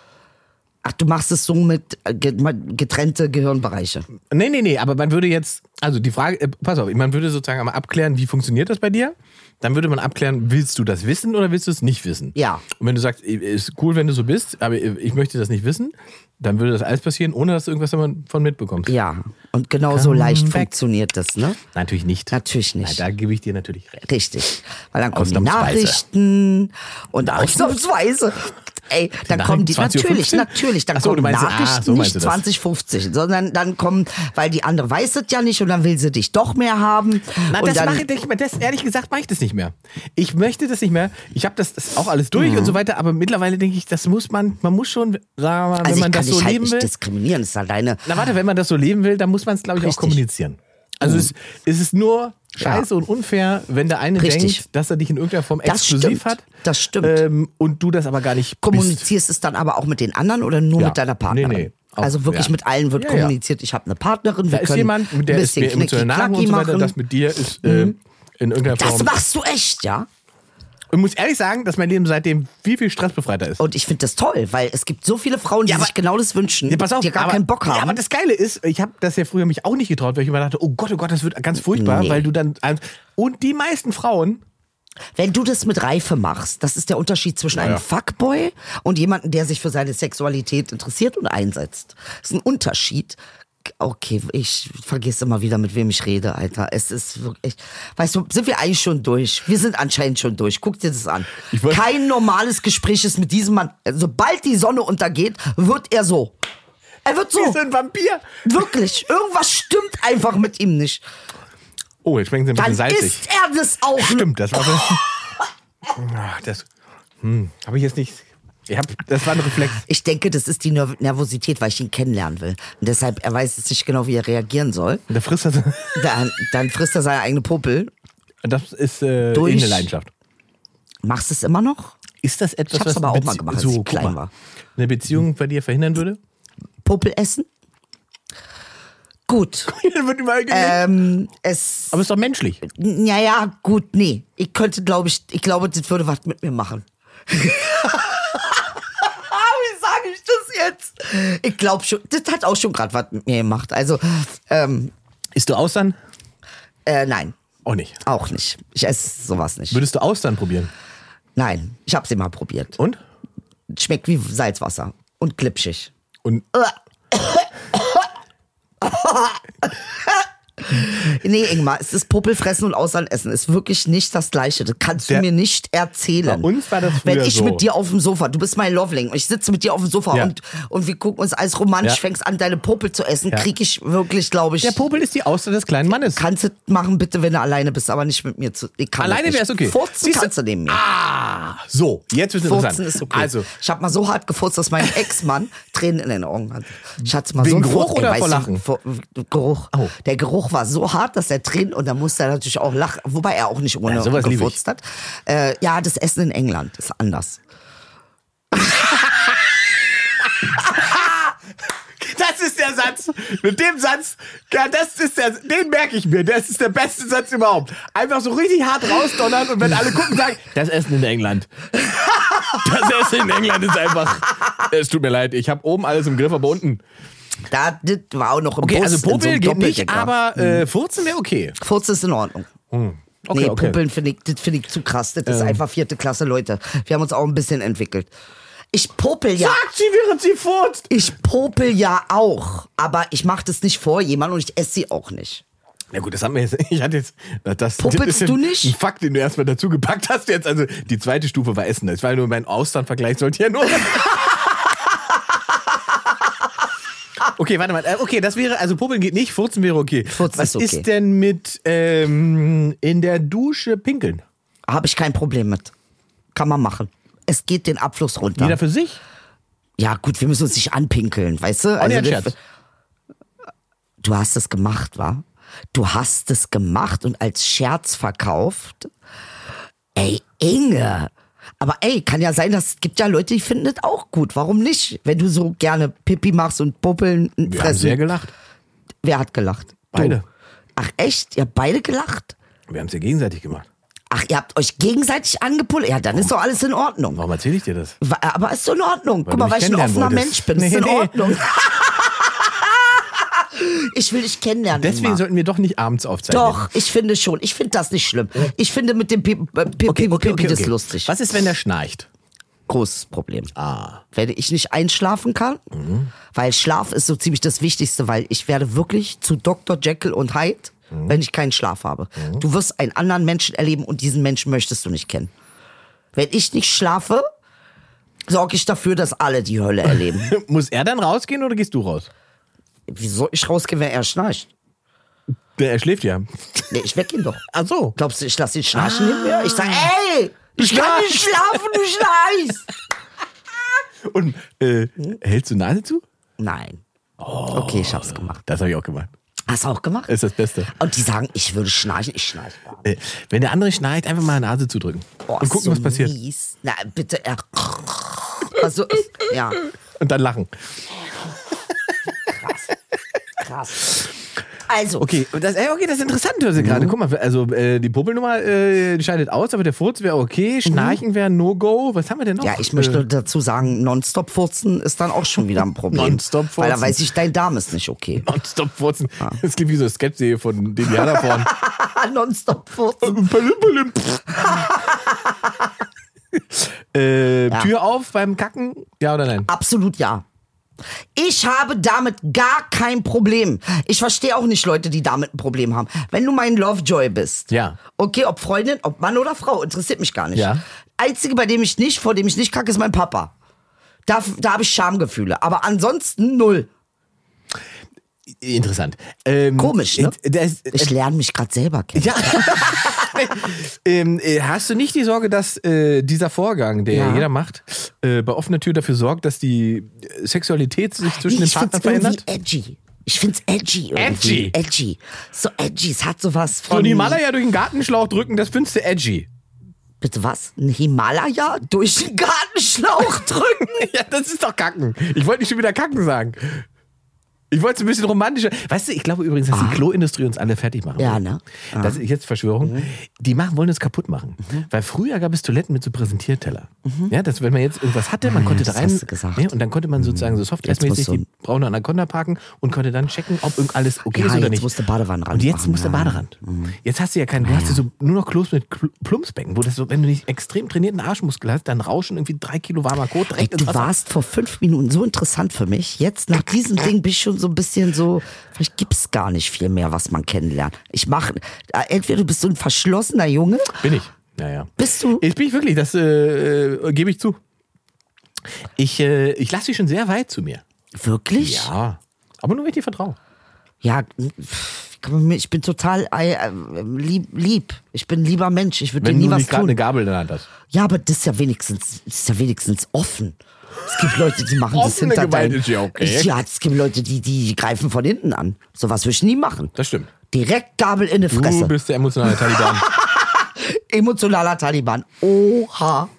[SPEAKER 4] Ach, du machst es so mit äh, ge- getrennte Gehirnbereiche.
[SPEAKER 2] Nee, nee, nee, aber man würde jetzt, also die Frage, äh, pass auf, man würde sozusagen einmal abklären, wie funktioniert das bei dir? Dann würde man abklären, willst du das wissen oder willst du es nicht wissen?
[SPEAKER 4] Ja.
[SPEAKER 2] Und wenn du sagst, äh, ist cool, wenn du so bist, aber äh, ich möchte das nicht wissen, dann würde das alles passieren, ohne dass du irgendwas davon von mitbekommst.
[SPEAKER 4] Ja, und genau so leicht funktioniert das, ne?
[SPEAKER 2] Natürlich nicht.
[SPEAKER 4] Natürlich nicht.
[SPEAKER 2] Nein, da gebe ich dir natürlich recht.
[SPEAKER 4] Richtig. Weil dann kommen die
[SPEAKER 2] Ausnahmsweise.
[SPEAKER 4] Nachrichten und
[SPEAKER 2] um
[SPEAKER 4] ausnahmsweise. Ey, dann
[SPEAKER 2] Nach-
[SPEAKER 4] kommen die
[SPEAKER 2] 20:15?
[SPEAKER 4] natürlich, natürlich, dann
[SPEAKER 2] Ach so, du
[SPEAKER 4] kommen
[SPEAKER 2] meinst- ah,
[SPEAKER 4] Nachrichten
[SPEAKER 2] so meinst
[SPEAKER 4] nicht
[SPEAKER 2] du das.
[SPEAKER 4] 2050, sondern dann kommen, weil die andere weiß es ja nicht und dann will sie dich doch mehr haben.
[SPEAKER 2] Na,
[SPEAKER 4] und
[SPEAKER 2] das
[SPEAKER 4] dann,
[SPEAKER 2] mache ich nicht mehr. Das, ehrlich gesagt mache ich das nicht mehr. Ich möchte das nicht mehr. Ich habe das, das auch alles
[SPEAKER 4] Mhm.
[SPEAKER 2] durch und so weiter, aber mittlerweile denke ich, das muss man, man muss schon, sagen wir mal,
[SPEAKER 4] also
[SPEAKER 2] wenn
[SPEAKER 4] ich
[SPEAKER 2] man
[SPEAKER 4] kann
[SPEAKER 2] das
[SPEAKER 4] dich
[SPEAKER 2] so
[SPEAKER 4] halt
[SPEAKER 2] leben
[SPEAKER 4] nicht
[SPEAKER 2] will.
[SPEAKER 4] diskriminieren, das ist halt alleine.
[SPEAKER 2] Na warte, wenn man das so leben will, dann muss man es, glaube ich,
[SPEAKER 4] Richtig. Mhm.
[SPEAKER 2] auch kommunizieren. Also es, es ist nur scheiße und unfair, wenn der eine
[SPEAKER 4] Richtig.
[SPEAKER 2] denkt, dass er dich in irgendeiner Form
[SPEAKER 4] Das
[SPEAKER 2] exklusiv
[SPEAKER 4] stimmt.
[SPEAKER 2] hat.
[SPEAKER 4] Das stimmt.
[SPEAKER 2] Ähm, und du das aber gar nicht bist.
[SPEAKER 4] Kommunizierst es dann aber auch mit den anderen oder nur
[SPEAKER 2] Ja.
[SPEAKER 4] mit deiner
[SPEAKER 2] Nee,
[SPEAKER 4] Partnerin?
[SPEAKER 2] nee, auch,
[SPEAKER 4] also wirklich
[SPEAKER 2] ja.
[SPEAKER 4] mit allen wird
[SPEAKER 2] Ja, ja.
[SPEAKER 4] kommuniziert, ich habe eine Partnerin,
[SPEAKER 2] Da
[SPEAKER 4] wir
[SPEAKER 2] ist
[SPEAKER 4] können
[SPEAKER 2] jemand, mit der
[SPEAKER 4] ein
[SPEAKER 2] ist
[SPEAKER 4] bisschen
[SPEAKER 2] mir emotional nahe und
[SPEAKER 4] knicki-knacki
[SPEAKER 2] so weiter.
[SPEAKER 4] machen. Mhm.
[SPEAKER 2] Das mit dir ist äh, in irgendeiner
[SPEAKER 4] das
[SPEAKER 2] Form.
[SPEAKER 4] machst du echt, ja?
[SPEAKER 2] Ich muss ehrlich sagen, dass mein Leben seitdem viel, viel stressbefreiter ist.
[SPEAKER 4] Und ich finde das toll, weil es gibt so viele Frauen, die
[SPEAKER 2] Ja, aber-
[SPEAKER 4] sich genau das wünschen,
[SPEAKER 2] Ja, pass auf,
[SPEAKER 4] die gar
[SPEAKER 2] aber,
[SPEAKER 4] keinen Bock haben.
[SPEAKER 2] Ja, aber das Geile ist, ich habe das ja früher mich auch nicht getraut, weil ich immer dachte, oh Gott, oh Gott, das wird ganz furchtbar,
[SPEAKER 4] Nee.
[SPEAKER 2] weil du dann. Und die meisten Frauen
[SPEAKER 4] Wenn du das mit Reife machst, das ist der Unterschied zwischen einem Fuckboy und jemandem, der sich für seine Sexualität interessiert und einsetzt. Das ist ein Unterschied. Okay, ich vergesse immer wieder, mit wem ich rede, Alter. Es ist wirklich. Weißt du, sind wir eigentlich schon durch? Wir sind anscheinend schon durch. Guck dir das an.
[SPEAKER 2] Ich wollt-
[SPEAKER 4] Kein normales Gespräch ist mit diesem Mann. Sobald die Sonne untergeht, wird er so. Er wird so.
[SPEAKER 2] die sind Vampir.
[SPEAKER 4] Wirklich. Irgendwas stimmt einfach mit ihm nicht.
[SPEAKER 2] Oh, jetzt schmecken sie ein
[SPEAKER 4] Dann
[SPEAKER 2] bisschen salzig.
[SPEAKER 4] ist er das auch.
[SPEAKER 2] Stimmt, das war. Ach, das hm, habe ich jetzt nicht. Ich hab, das war ein Reflex.
[SPEAKER 4] Ich denke, das ist die Nerv Nervosität, weil ich ihn kennenlernen will. Und deshalb, er weiß jetzt nicht genau, wie er reagieren soll.
[SPEAKER 2] Und Da frisst das.
[SPEAKER 4] Dann, dann frisst er seine eigene Popel.
[SPEAKER 2] <laughs> Das ist äh,
[SPEAKER 4] Durch-
[SPEAKER 2] eh eine Leidenschaft.
[SPEAKER 4] Machst du es immer noch?
[SPEAKER 2] Ist das etwas,
[SPEAKER 4] Ich hab's
[SPEAKER 2] was
[SPEAKER 4] aber auch
[SPEAKER 2] eine
[SPEAKER 4] mal
[SPEAKER 2] Bezie-
[SPEAKER 4] gemacht, als ich
[SPEAKER 2] guck
[SPEAKER 4] klein
[SPEAKER 2] mal,
[SPEAKER 4] war.
[SPEAKER 2] eine Beziehung bei dir verhindern würde?
[SPEAKER 4] Popel essen? Gut.
[SPEAKER 2] Dann wird überall gelegt.
[SPEAKER 4] Ähm, es,
[SPEAKER 2] Äh, Aber ist doch menschlich.
[SPEAKER 4] naja, gut, nee. Ich könnte, glaube ich, ich glaube, das würde was mit mir machen. <laughs> wie sage ich das jetzt? Ich glaube schon, das hat auch schon gerade was mit mir gemacht. Also, ähm,
[SPEAKER 2] Isst du Austern?
[SPEAKER 4] äh, nein,
[SPEAKER 2] Auch nicht.
[SPEAKER 4] auch nicht. Ich esse sowas nicht.
[SPEAKER 2] Würdest du Austern probieren?
[SPEAKER 4] Nein, ich habe sie mal probiert.
[SPEAKER 2] Und?
[SPEAKER 4] schmeckt wie Salzwasser und glitschig.
[SPEAKER 2] Und
[SPEAKER 4] Nee, Ingmar, es ist Popelfressen und Auslandessen. Ist wirklich nicht das Gleiche. Das kannst
[SPEAKER 2] Der-
[SPEAKER 4] du mir nicht erzählen.
[SPEAKER 2] Bei uns war das früher
[SPEAKER 4] Wenn ich
[SPEAKER 2] so.
[SPEAKER 4] mit dir auf dem Sofa, du bist mein Loveling und ich sitze mit dir auf dem Sofa
[SPEAKER 2] Ja.
[SPEAKER 4] und, und wir gucken uns alles romantisch,
[SPEAKER 2] Ja.
[SPEAKER 4] fängst an, deine Popel zu essen,
[SPEAKER 2] Ja.
[SPEAKER 4] krieg ich wirklich, glaube ich.
[SPEAKER 2] der Popel ist die Austern des kleinen Mannes.
[SPEAKER 4] Kannst du machen, bitte, wenn du alleine bist, aber nicht mit mir zu. Ich kann
[SPEAKER 2] Alleine
[SPEAKER 4] das nicht.
[SPEAKER 2] wär's okay.
[SPEAKER 4] Furzen
[SPEAKER 2] Siehst du- Ah,
[SPEAKER 4] kannst du neben mir.
[SPEAKER 2] so, jetzt wird es interessant.
[SPEAKER 4] Furzen ist okay.
[SPEAKER 2] Also,
[SPEAKER 4] ich habe mal so hart gefurzt, dass mein Ex-Mann Tränen in den Augen hatte. Ich hatte mal
[SPEAKER 2] Hm. Wegen
[SPEAKER 4] so einen
[SPEAKER 2] Geruch
[SPEAKER 4] Furz-
[SPEAKER 2] oder
[SPEAKER 4] weißt
[SPEAKER 2] vor
[SPEAKER 4] du,
[SPEAKER 2] Lachen?
[SPEAKER 4] vor- äh, Geruch.
[SPEAKER 2] Oh.
[SPEAKER 4] Der Geruch war so hart, dass er Tränen und dann musste er natürlich auch lachen, wobei er auch nicht ohne
[SPEAKER 2] Ja, sowas lieb ich.
[SPEAKER 4] gefurzt hat. Äh, ja, das Essen in England ist anders.
[SPEAKER 2] das ist der Satz. Mit dem Satz, ja, das ist der, den merke ich mir. Das ist der beste Satz überhaupt. Einfach so richtig hart rausdonnern und wenn alle gucken, sagen, das Essen in <laughs> England. Das Essen in England ist einfach. Es tut mir leid, ich habe oben alles im Griff, aber unten.
[SPEAKER 4] Da das war auch noch im
[SPEAKER 2] Okay,
[SPEAKER 4] Bus
[SPEAKER 2] also
[SPEAKER 4] in so einem
[SPEAKER 2] Popel geht nicht,
[SPEAKER 4] Doppeldecker.
[SPEAKER 2] aber äh, Furzen wäre okay.
[SPEAKER 4] Furz ist in Ordnung.
[SPEAKER 2] Okay,
[SPEAKER 4] nee,
[SPEAKER 2] okay. Ähm.
[SPEAKER 4] Puppeln finde ich, das finde ich zu krass. Das ist einfach vierte Klasse, Leute. Wir haben uns auch ein bisschen entwickelt. Ich popel ja.
[SPEAKER 2] Sagt sie, während sie furzt.
[SPEAKER 4] Ich popel ja auch. Aber ich mache das nicht vor jemandem und ich esse sie auch nicht.
[SPEAKER 2] Na gut, das haben wir jetzt. <laughs> Ich hatte jetzt. Das, das
[SPEAKER 4] Puppelst
[SPEAKER 2] das ist
[SPEAKER 4] du
[SPEAKER 2] ein,
[SPEAKER 4] nicht?
[SPEAKER 2] Ein Fakt, den du erstmal dazu gepackt hast jetzt. Also die zweite Stufe war Essen. Das war nur mein Auslandvergleich, sollte ja nur. <laughs> Okay, warte mal. Äh, Okay, das wäre, also Popeln geht nicht, Furzen wäre okay.
[SPEAKER 4] Furzen
[SPEAKER 2] Was
[SPEAKER 4] ist okay.
[SPEAKER 2] ist denn mit ähm, in der Dusche pinkeln?
[SPEAKER 4] Habe ich kein Problem mit. Kann man machen. Es geht den Abfluss runter.
[SPEAKER 2] Jeder für sich?
[SPEAKER 4] ja, gut, wir müssen uns nicht anpinkeln, weißt du?
[SPEAKER 2] Also
[SPEAKER 4] wir- du hast es gemacht, wa? Du hast es gemacht und als Scherz verkauft. Ey, Inge. Aber ey, kann ja sein, dass es gibt ja Leute, die finden das auch gut. Warum nicht? Wenn du so gerne Pipi machst und Puppeln und
[SPEAKER 2] Wir haben
[SPEAKER 4] fressen.
[SPEAKER 2] sehr gelacht.
[SPEAKER 4] Wer hat gelacht? Du.
[SPEAKER 2] Beide.
[SPEAKER 4] Ach echt? Ihr habt beide gelacht?
[SPEAKER 2] Wir haben es ja gegenseitig gemacht.
[SPEAKER 4] Ach, ihr habt euch gegenseitig angepullt? Ja, dann ist doch alles in Ordnung.
[SPEAKER 2] Warum erzähle ich dir das?
[SPEAKER 4] Wa- Aber ist so in Ordnung.
[SPEAKER 2] du
[SPEAKER 4] Guck mal,
[SPEAKER 2] mich
[SPEAKER 4] weil ich ein
[SPEAKER 2] kennenlernen
[SPEAKER 4] offener
[SPEAKER 2] wolltest.
[SPEAKER 4] Mensch bin. ist
[SPEAKER 2] Nee,
[SPEAKER 4] in
[SPEAKER 2] nee. <laughs>
[SPEAKER 4] Ordnung. ich will dich kennenlernen.
[SPEAKER 2] Deswegen
[SPEAKER 4] Ingmar.
[SPEAKER 2] sollten wir doch nicht abends aufzeichnen.
[SPEAKER 4] Doch, ich finde schon. Ich finde das nicht schlimm.
[SPEAKER 2] Hm?
[SPEAKER 4] Ich finde mit dem Pipi, äh, Pipi, Pipi das lustig.
[SPEAKER 2] Was ist, wenn der schnarcht? <laughs>
[SPEAKER 4] Großes Problem. Wenn ich nicht einschlafen kann, weil Schlaf ist so ziemlich das Wichtigste, weil ich werde wirklich zu Dr. Jekyll und Hyde, wenn ich keinen Schlaf habe. Du wirst einen anderen Menschen erleben und diesen Menschen möchtest du nicht kennen. Wenn ich nicht schlafe, sorge ich dafür, dass alle die Hölle erleben. <laughs>
[SPEAKER 2] Muss er dann rausgehen oder gehst du raus?
[SPEAKER 4] Wie soll ich rausgehen, wenn er schnarcht?
[SPEAKER 2] Der, er schläft ja.
[SPEAKER 4] Nee, ich weck ihn doch. Ah.
[SPEAKER 2] Ach so.
[SPEAKER 4] Also, Glaubst du, ich lasse ihn schnarchen neben mir? Ich sag, ey, ich kann nicht schlafen, du schnarchst.
[SPEAKER 2] Und äh,
[SPEAKER 4] Hm?
[SPEAKER 2] hältst du Nase zu?
[SPEAKER 4] Nein. Okay, ich hab's gemacht.
[SPEAKER 2] Das habe ich auch gemacht.
[SPEAKER 4] Hast du auch gemacht?
[SPEAKER 2] Ist das Beste.
[SPEAKER 4] Und die sagen, ich würde schnarchen, ich schnarche. gar nicht.
[SPEAKER 2] Äh, wenn der andere schnarcht, einfach mal Nase zudrücken.
[SPEAKER 4] Boah,
[SPEAKER 2] und gucken,
[SPEAKER 4] so
[SPEAKER 2] was passiert.
[SPEAKER 4] Mies. Na, bitte. Ja. Also, ja,
[SPEAKER 2] Und dann lachen.
[SPEAKER 4] krass. Also,
[SPEAKER 2] Okay, und das, ey, okay, das ist interessant, hörst du
[SPEAKER 4] Mhm.
[SPEAKER 2] gerade. Guck mal, also äh, die Popelnummer äh, die scheidet aus, aber der Furz wäre okay. Schnarchen wäre No-Go. Was haben wir denn noch?
[SPEAKER 4] Mhm. ja, ich
[SPEAKER 2] Äh,
[SPEAKER 4] möchte dazu sagen, nonstop furzen ist dann auch schon wieder ein Problem.
[SPEAKER 2] Nonstop furzen.
[SPEAKER 4] Weil da weiß ich, dein Darm ist
[SPEAKER 2] <laughs>
[SPEAKER 4] nicht okay. <laughs>
[SPEAKER 2] Nonstop Äh, oh, furzen. Das klingt wie so eine Sketch-Serie von dem Jahr davor.
[SPEAKER 4] <laughs> Ah, nonstop furzen.
[SPEAKER 2] Palim,
[SPEAKER 4] <laughs>
[SPEAKER 2] palim. äh,
[SPEAKER 4] Ja. Ah.
[SPEAKER 2] Tür auf beim Kacken? Ja oder nein?
[SPEAKER 4] Absolut ja. Ich habe damit gar kein Problem. Ich verstehe auch nicht Leute, die damit ein Problem haben. Wenn du mein Lovejoy bist,
[SPEAKER 2] Ja.
[SPEAKER 4] okay, ob Freundin, ob Mann oder Frau, interessiert mich gar nicht.
[SPEAKER 2] Ja.
[SPEAKER 4] Einzige, bei dem ich nicht, vor dem ich nicht kacke, ist mein Papa. Da, da habe ich Schamgefühle. Aber ansonsten null.
[SPEAKER 2] Interessant. Ähm,
[SPEAKER 4] Komisch, ne?
[SPEAKER 2] äh, Das, äh,
[SPEAKER 4] Ich lerne mich gerade selber
[SPEAKER 2] <laughs>
[SPEAKER 4] kennen.
[SPEAKER 2] ja. <laughs> ähm, äh, hast du nicht die Sorge, dass äh, dieser Vorgang, der
[SPEAKER 4] Ja.
[SPEAKER 2] jeder macht, äh, bei offener Tür dafür sorgt, dass die äh, Sexualität sich zwischen den
[SPEAKER 4] Ah, ich
[SPEAKER 2] Partnern
[SPEAKER 4] find's irgendwie
[SPEAKER 2] verändert?
[SPEAKER 4] edgy. Ich find's edgy irgendwie.
[SPEAKER 2] Edgy?
[SPEAKER 4] Edgy. So edgy. Es hat sowas
[SPEAKER 2] So
[SPEAKER 4] von...
[SPEAKER 2] einen Himalaya durch den Gartenschlauch drücken, das findest du edgy.
[SPEAKER 4] Bitte was? Ein Himalaya durch den Gartenschlauch <laughs> drücken?
[SPEAKER 2] <laughs> Ja, das ist doch Kacken. Ich wollte nicht schon wieder Kacken sagen. Ich wollte es ein bisschen romantischer. Weißt du, ich glaube übrigens, dass die Kloindustrie uns alle fertig machen.
[SPEAKER 4] Ah. Ja,
[SPEAKER 2] will.
[SPEAKER 4] ne? Mhm.
[SPEAKER 2] Das ist jetzt Verschwörung. Die machen, wollen uns kaputt machen. Weil früher gab es Toiletten mit so Präsentierteller. Ja, dass wenn man jetzt irgendwas hatte, man konnte
[SPEAKER 4] das
[SPEAKER 2] da rein.
[SPEAKER 4] Mhm. Ah, hast du gesagt. Mhm.
[SPEAKER 2] und dann konnte man sozusagen so softwaremäßig
[SPEAKER 4] musst du-
[SPEAKER 2] die braune Anaconda parken und konnte dann checken, ob irgend alles okay
[SPEAKER 4] Ja,
[SPEAKER 2] ist oder
[SPEAKER 4] jetzt
[SPEAKER 2] nicht.
[SPEAKER 4] musst du Badewanne
[SPEAKER 2] Und jetzt
[SPEAKER 4] ranmachen,
[SPEAKER 2] musst du
[SPEAKER 4] ja.
[SPEAKER 2] Baderand. Jetzt hast du ja keinen, du hast Mhm. Ah ja so nur noch Klos mit Kl- Plumpsbecken, wo das so, wenn du nicht extrem trainierten Arschmuskel hast, dann rauschen irgendwie drei Kilo warmer Kot
[SPEAKER 4] Ey,
[SPEAKER 2] direkt
[SPEAKER 4] du
[SPEAKER 2] ins Wasser.
[SPEAKER 4] warst vor fünf Minuten so interessant für mich. Jetzt nach diesem Ding bin ich schon so ein bisschen so, vielleicht gibt's gar nicht viel mehr, was man kennenlernt. Ich mache, entweder du bist so ein verschlossener Junge,
[SPEAKER 2] Bin ich. Naja.
[SPEAKER 4] bist du.
[SPEAKER 2] Ich bin ich wirklich, das äh, äh, gebe ich zu. Ich, äh, ich lasse sie schon sehr weit zu mir.
[SPEAKER 4] Wirklich?
[SPEAKER 2] Ja. Aber nur, wenn ich dir vertraue.
[SPEAKER 4] Ja, pff, kann man mir- ich bin total äh, äh, lieb, lieb. Ich bin ein lieber Mensch. Ich würde dir
[SPEAKER 2] Wenn
[SPEAKER 4] nie
[SPEAKER 2] du
[SPEAKER 4] was
[SPEAKER 2] nicht gerade
[SPEAKER 4] tun.
[SPEAKER 2] eine Gabel in der Hand hast.
[SPEAKER 4] Ja, aber das ist ja wenigstens, das ist ja wenigstens offen. Es gibt Leute, die machen das
[SPEAKER 2] Offene
[SPEAKER 4] hinter
[SPEAKER 2] Gewalt
[SPEAKER 4] deinem-
[SPEAKER 2] ist ja okay.
[SPEAKER 4] Ja, es gibt Leute, die, die greifen von hinten an. Sowas würde ich nie machen.
[SPEAKER 2] Das stimmt.
[SPEAKER 4] Direkt Gabel in die
[SPEAKER 2] Du
[SPEAKER 4] Fresse.
[SPEAKER 2] bist der emotionale Taliban.
[SPEAKER 4] Oh, emotionaler Taliban. Oha.
[SPEAKER 2] <laughs>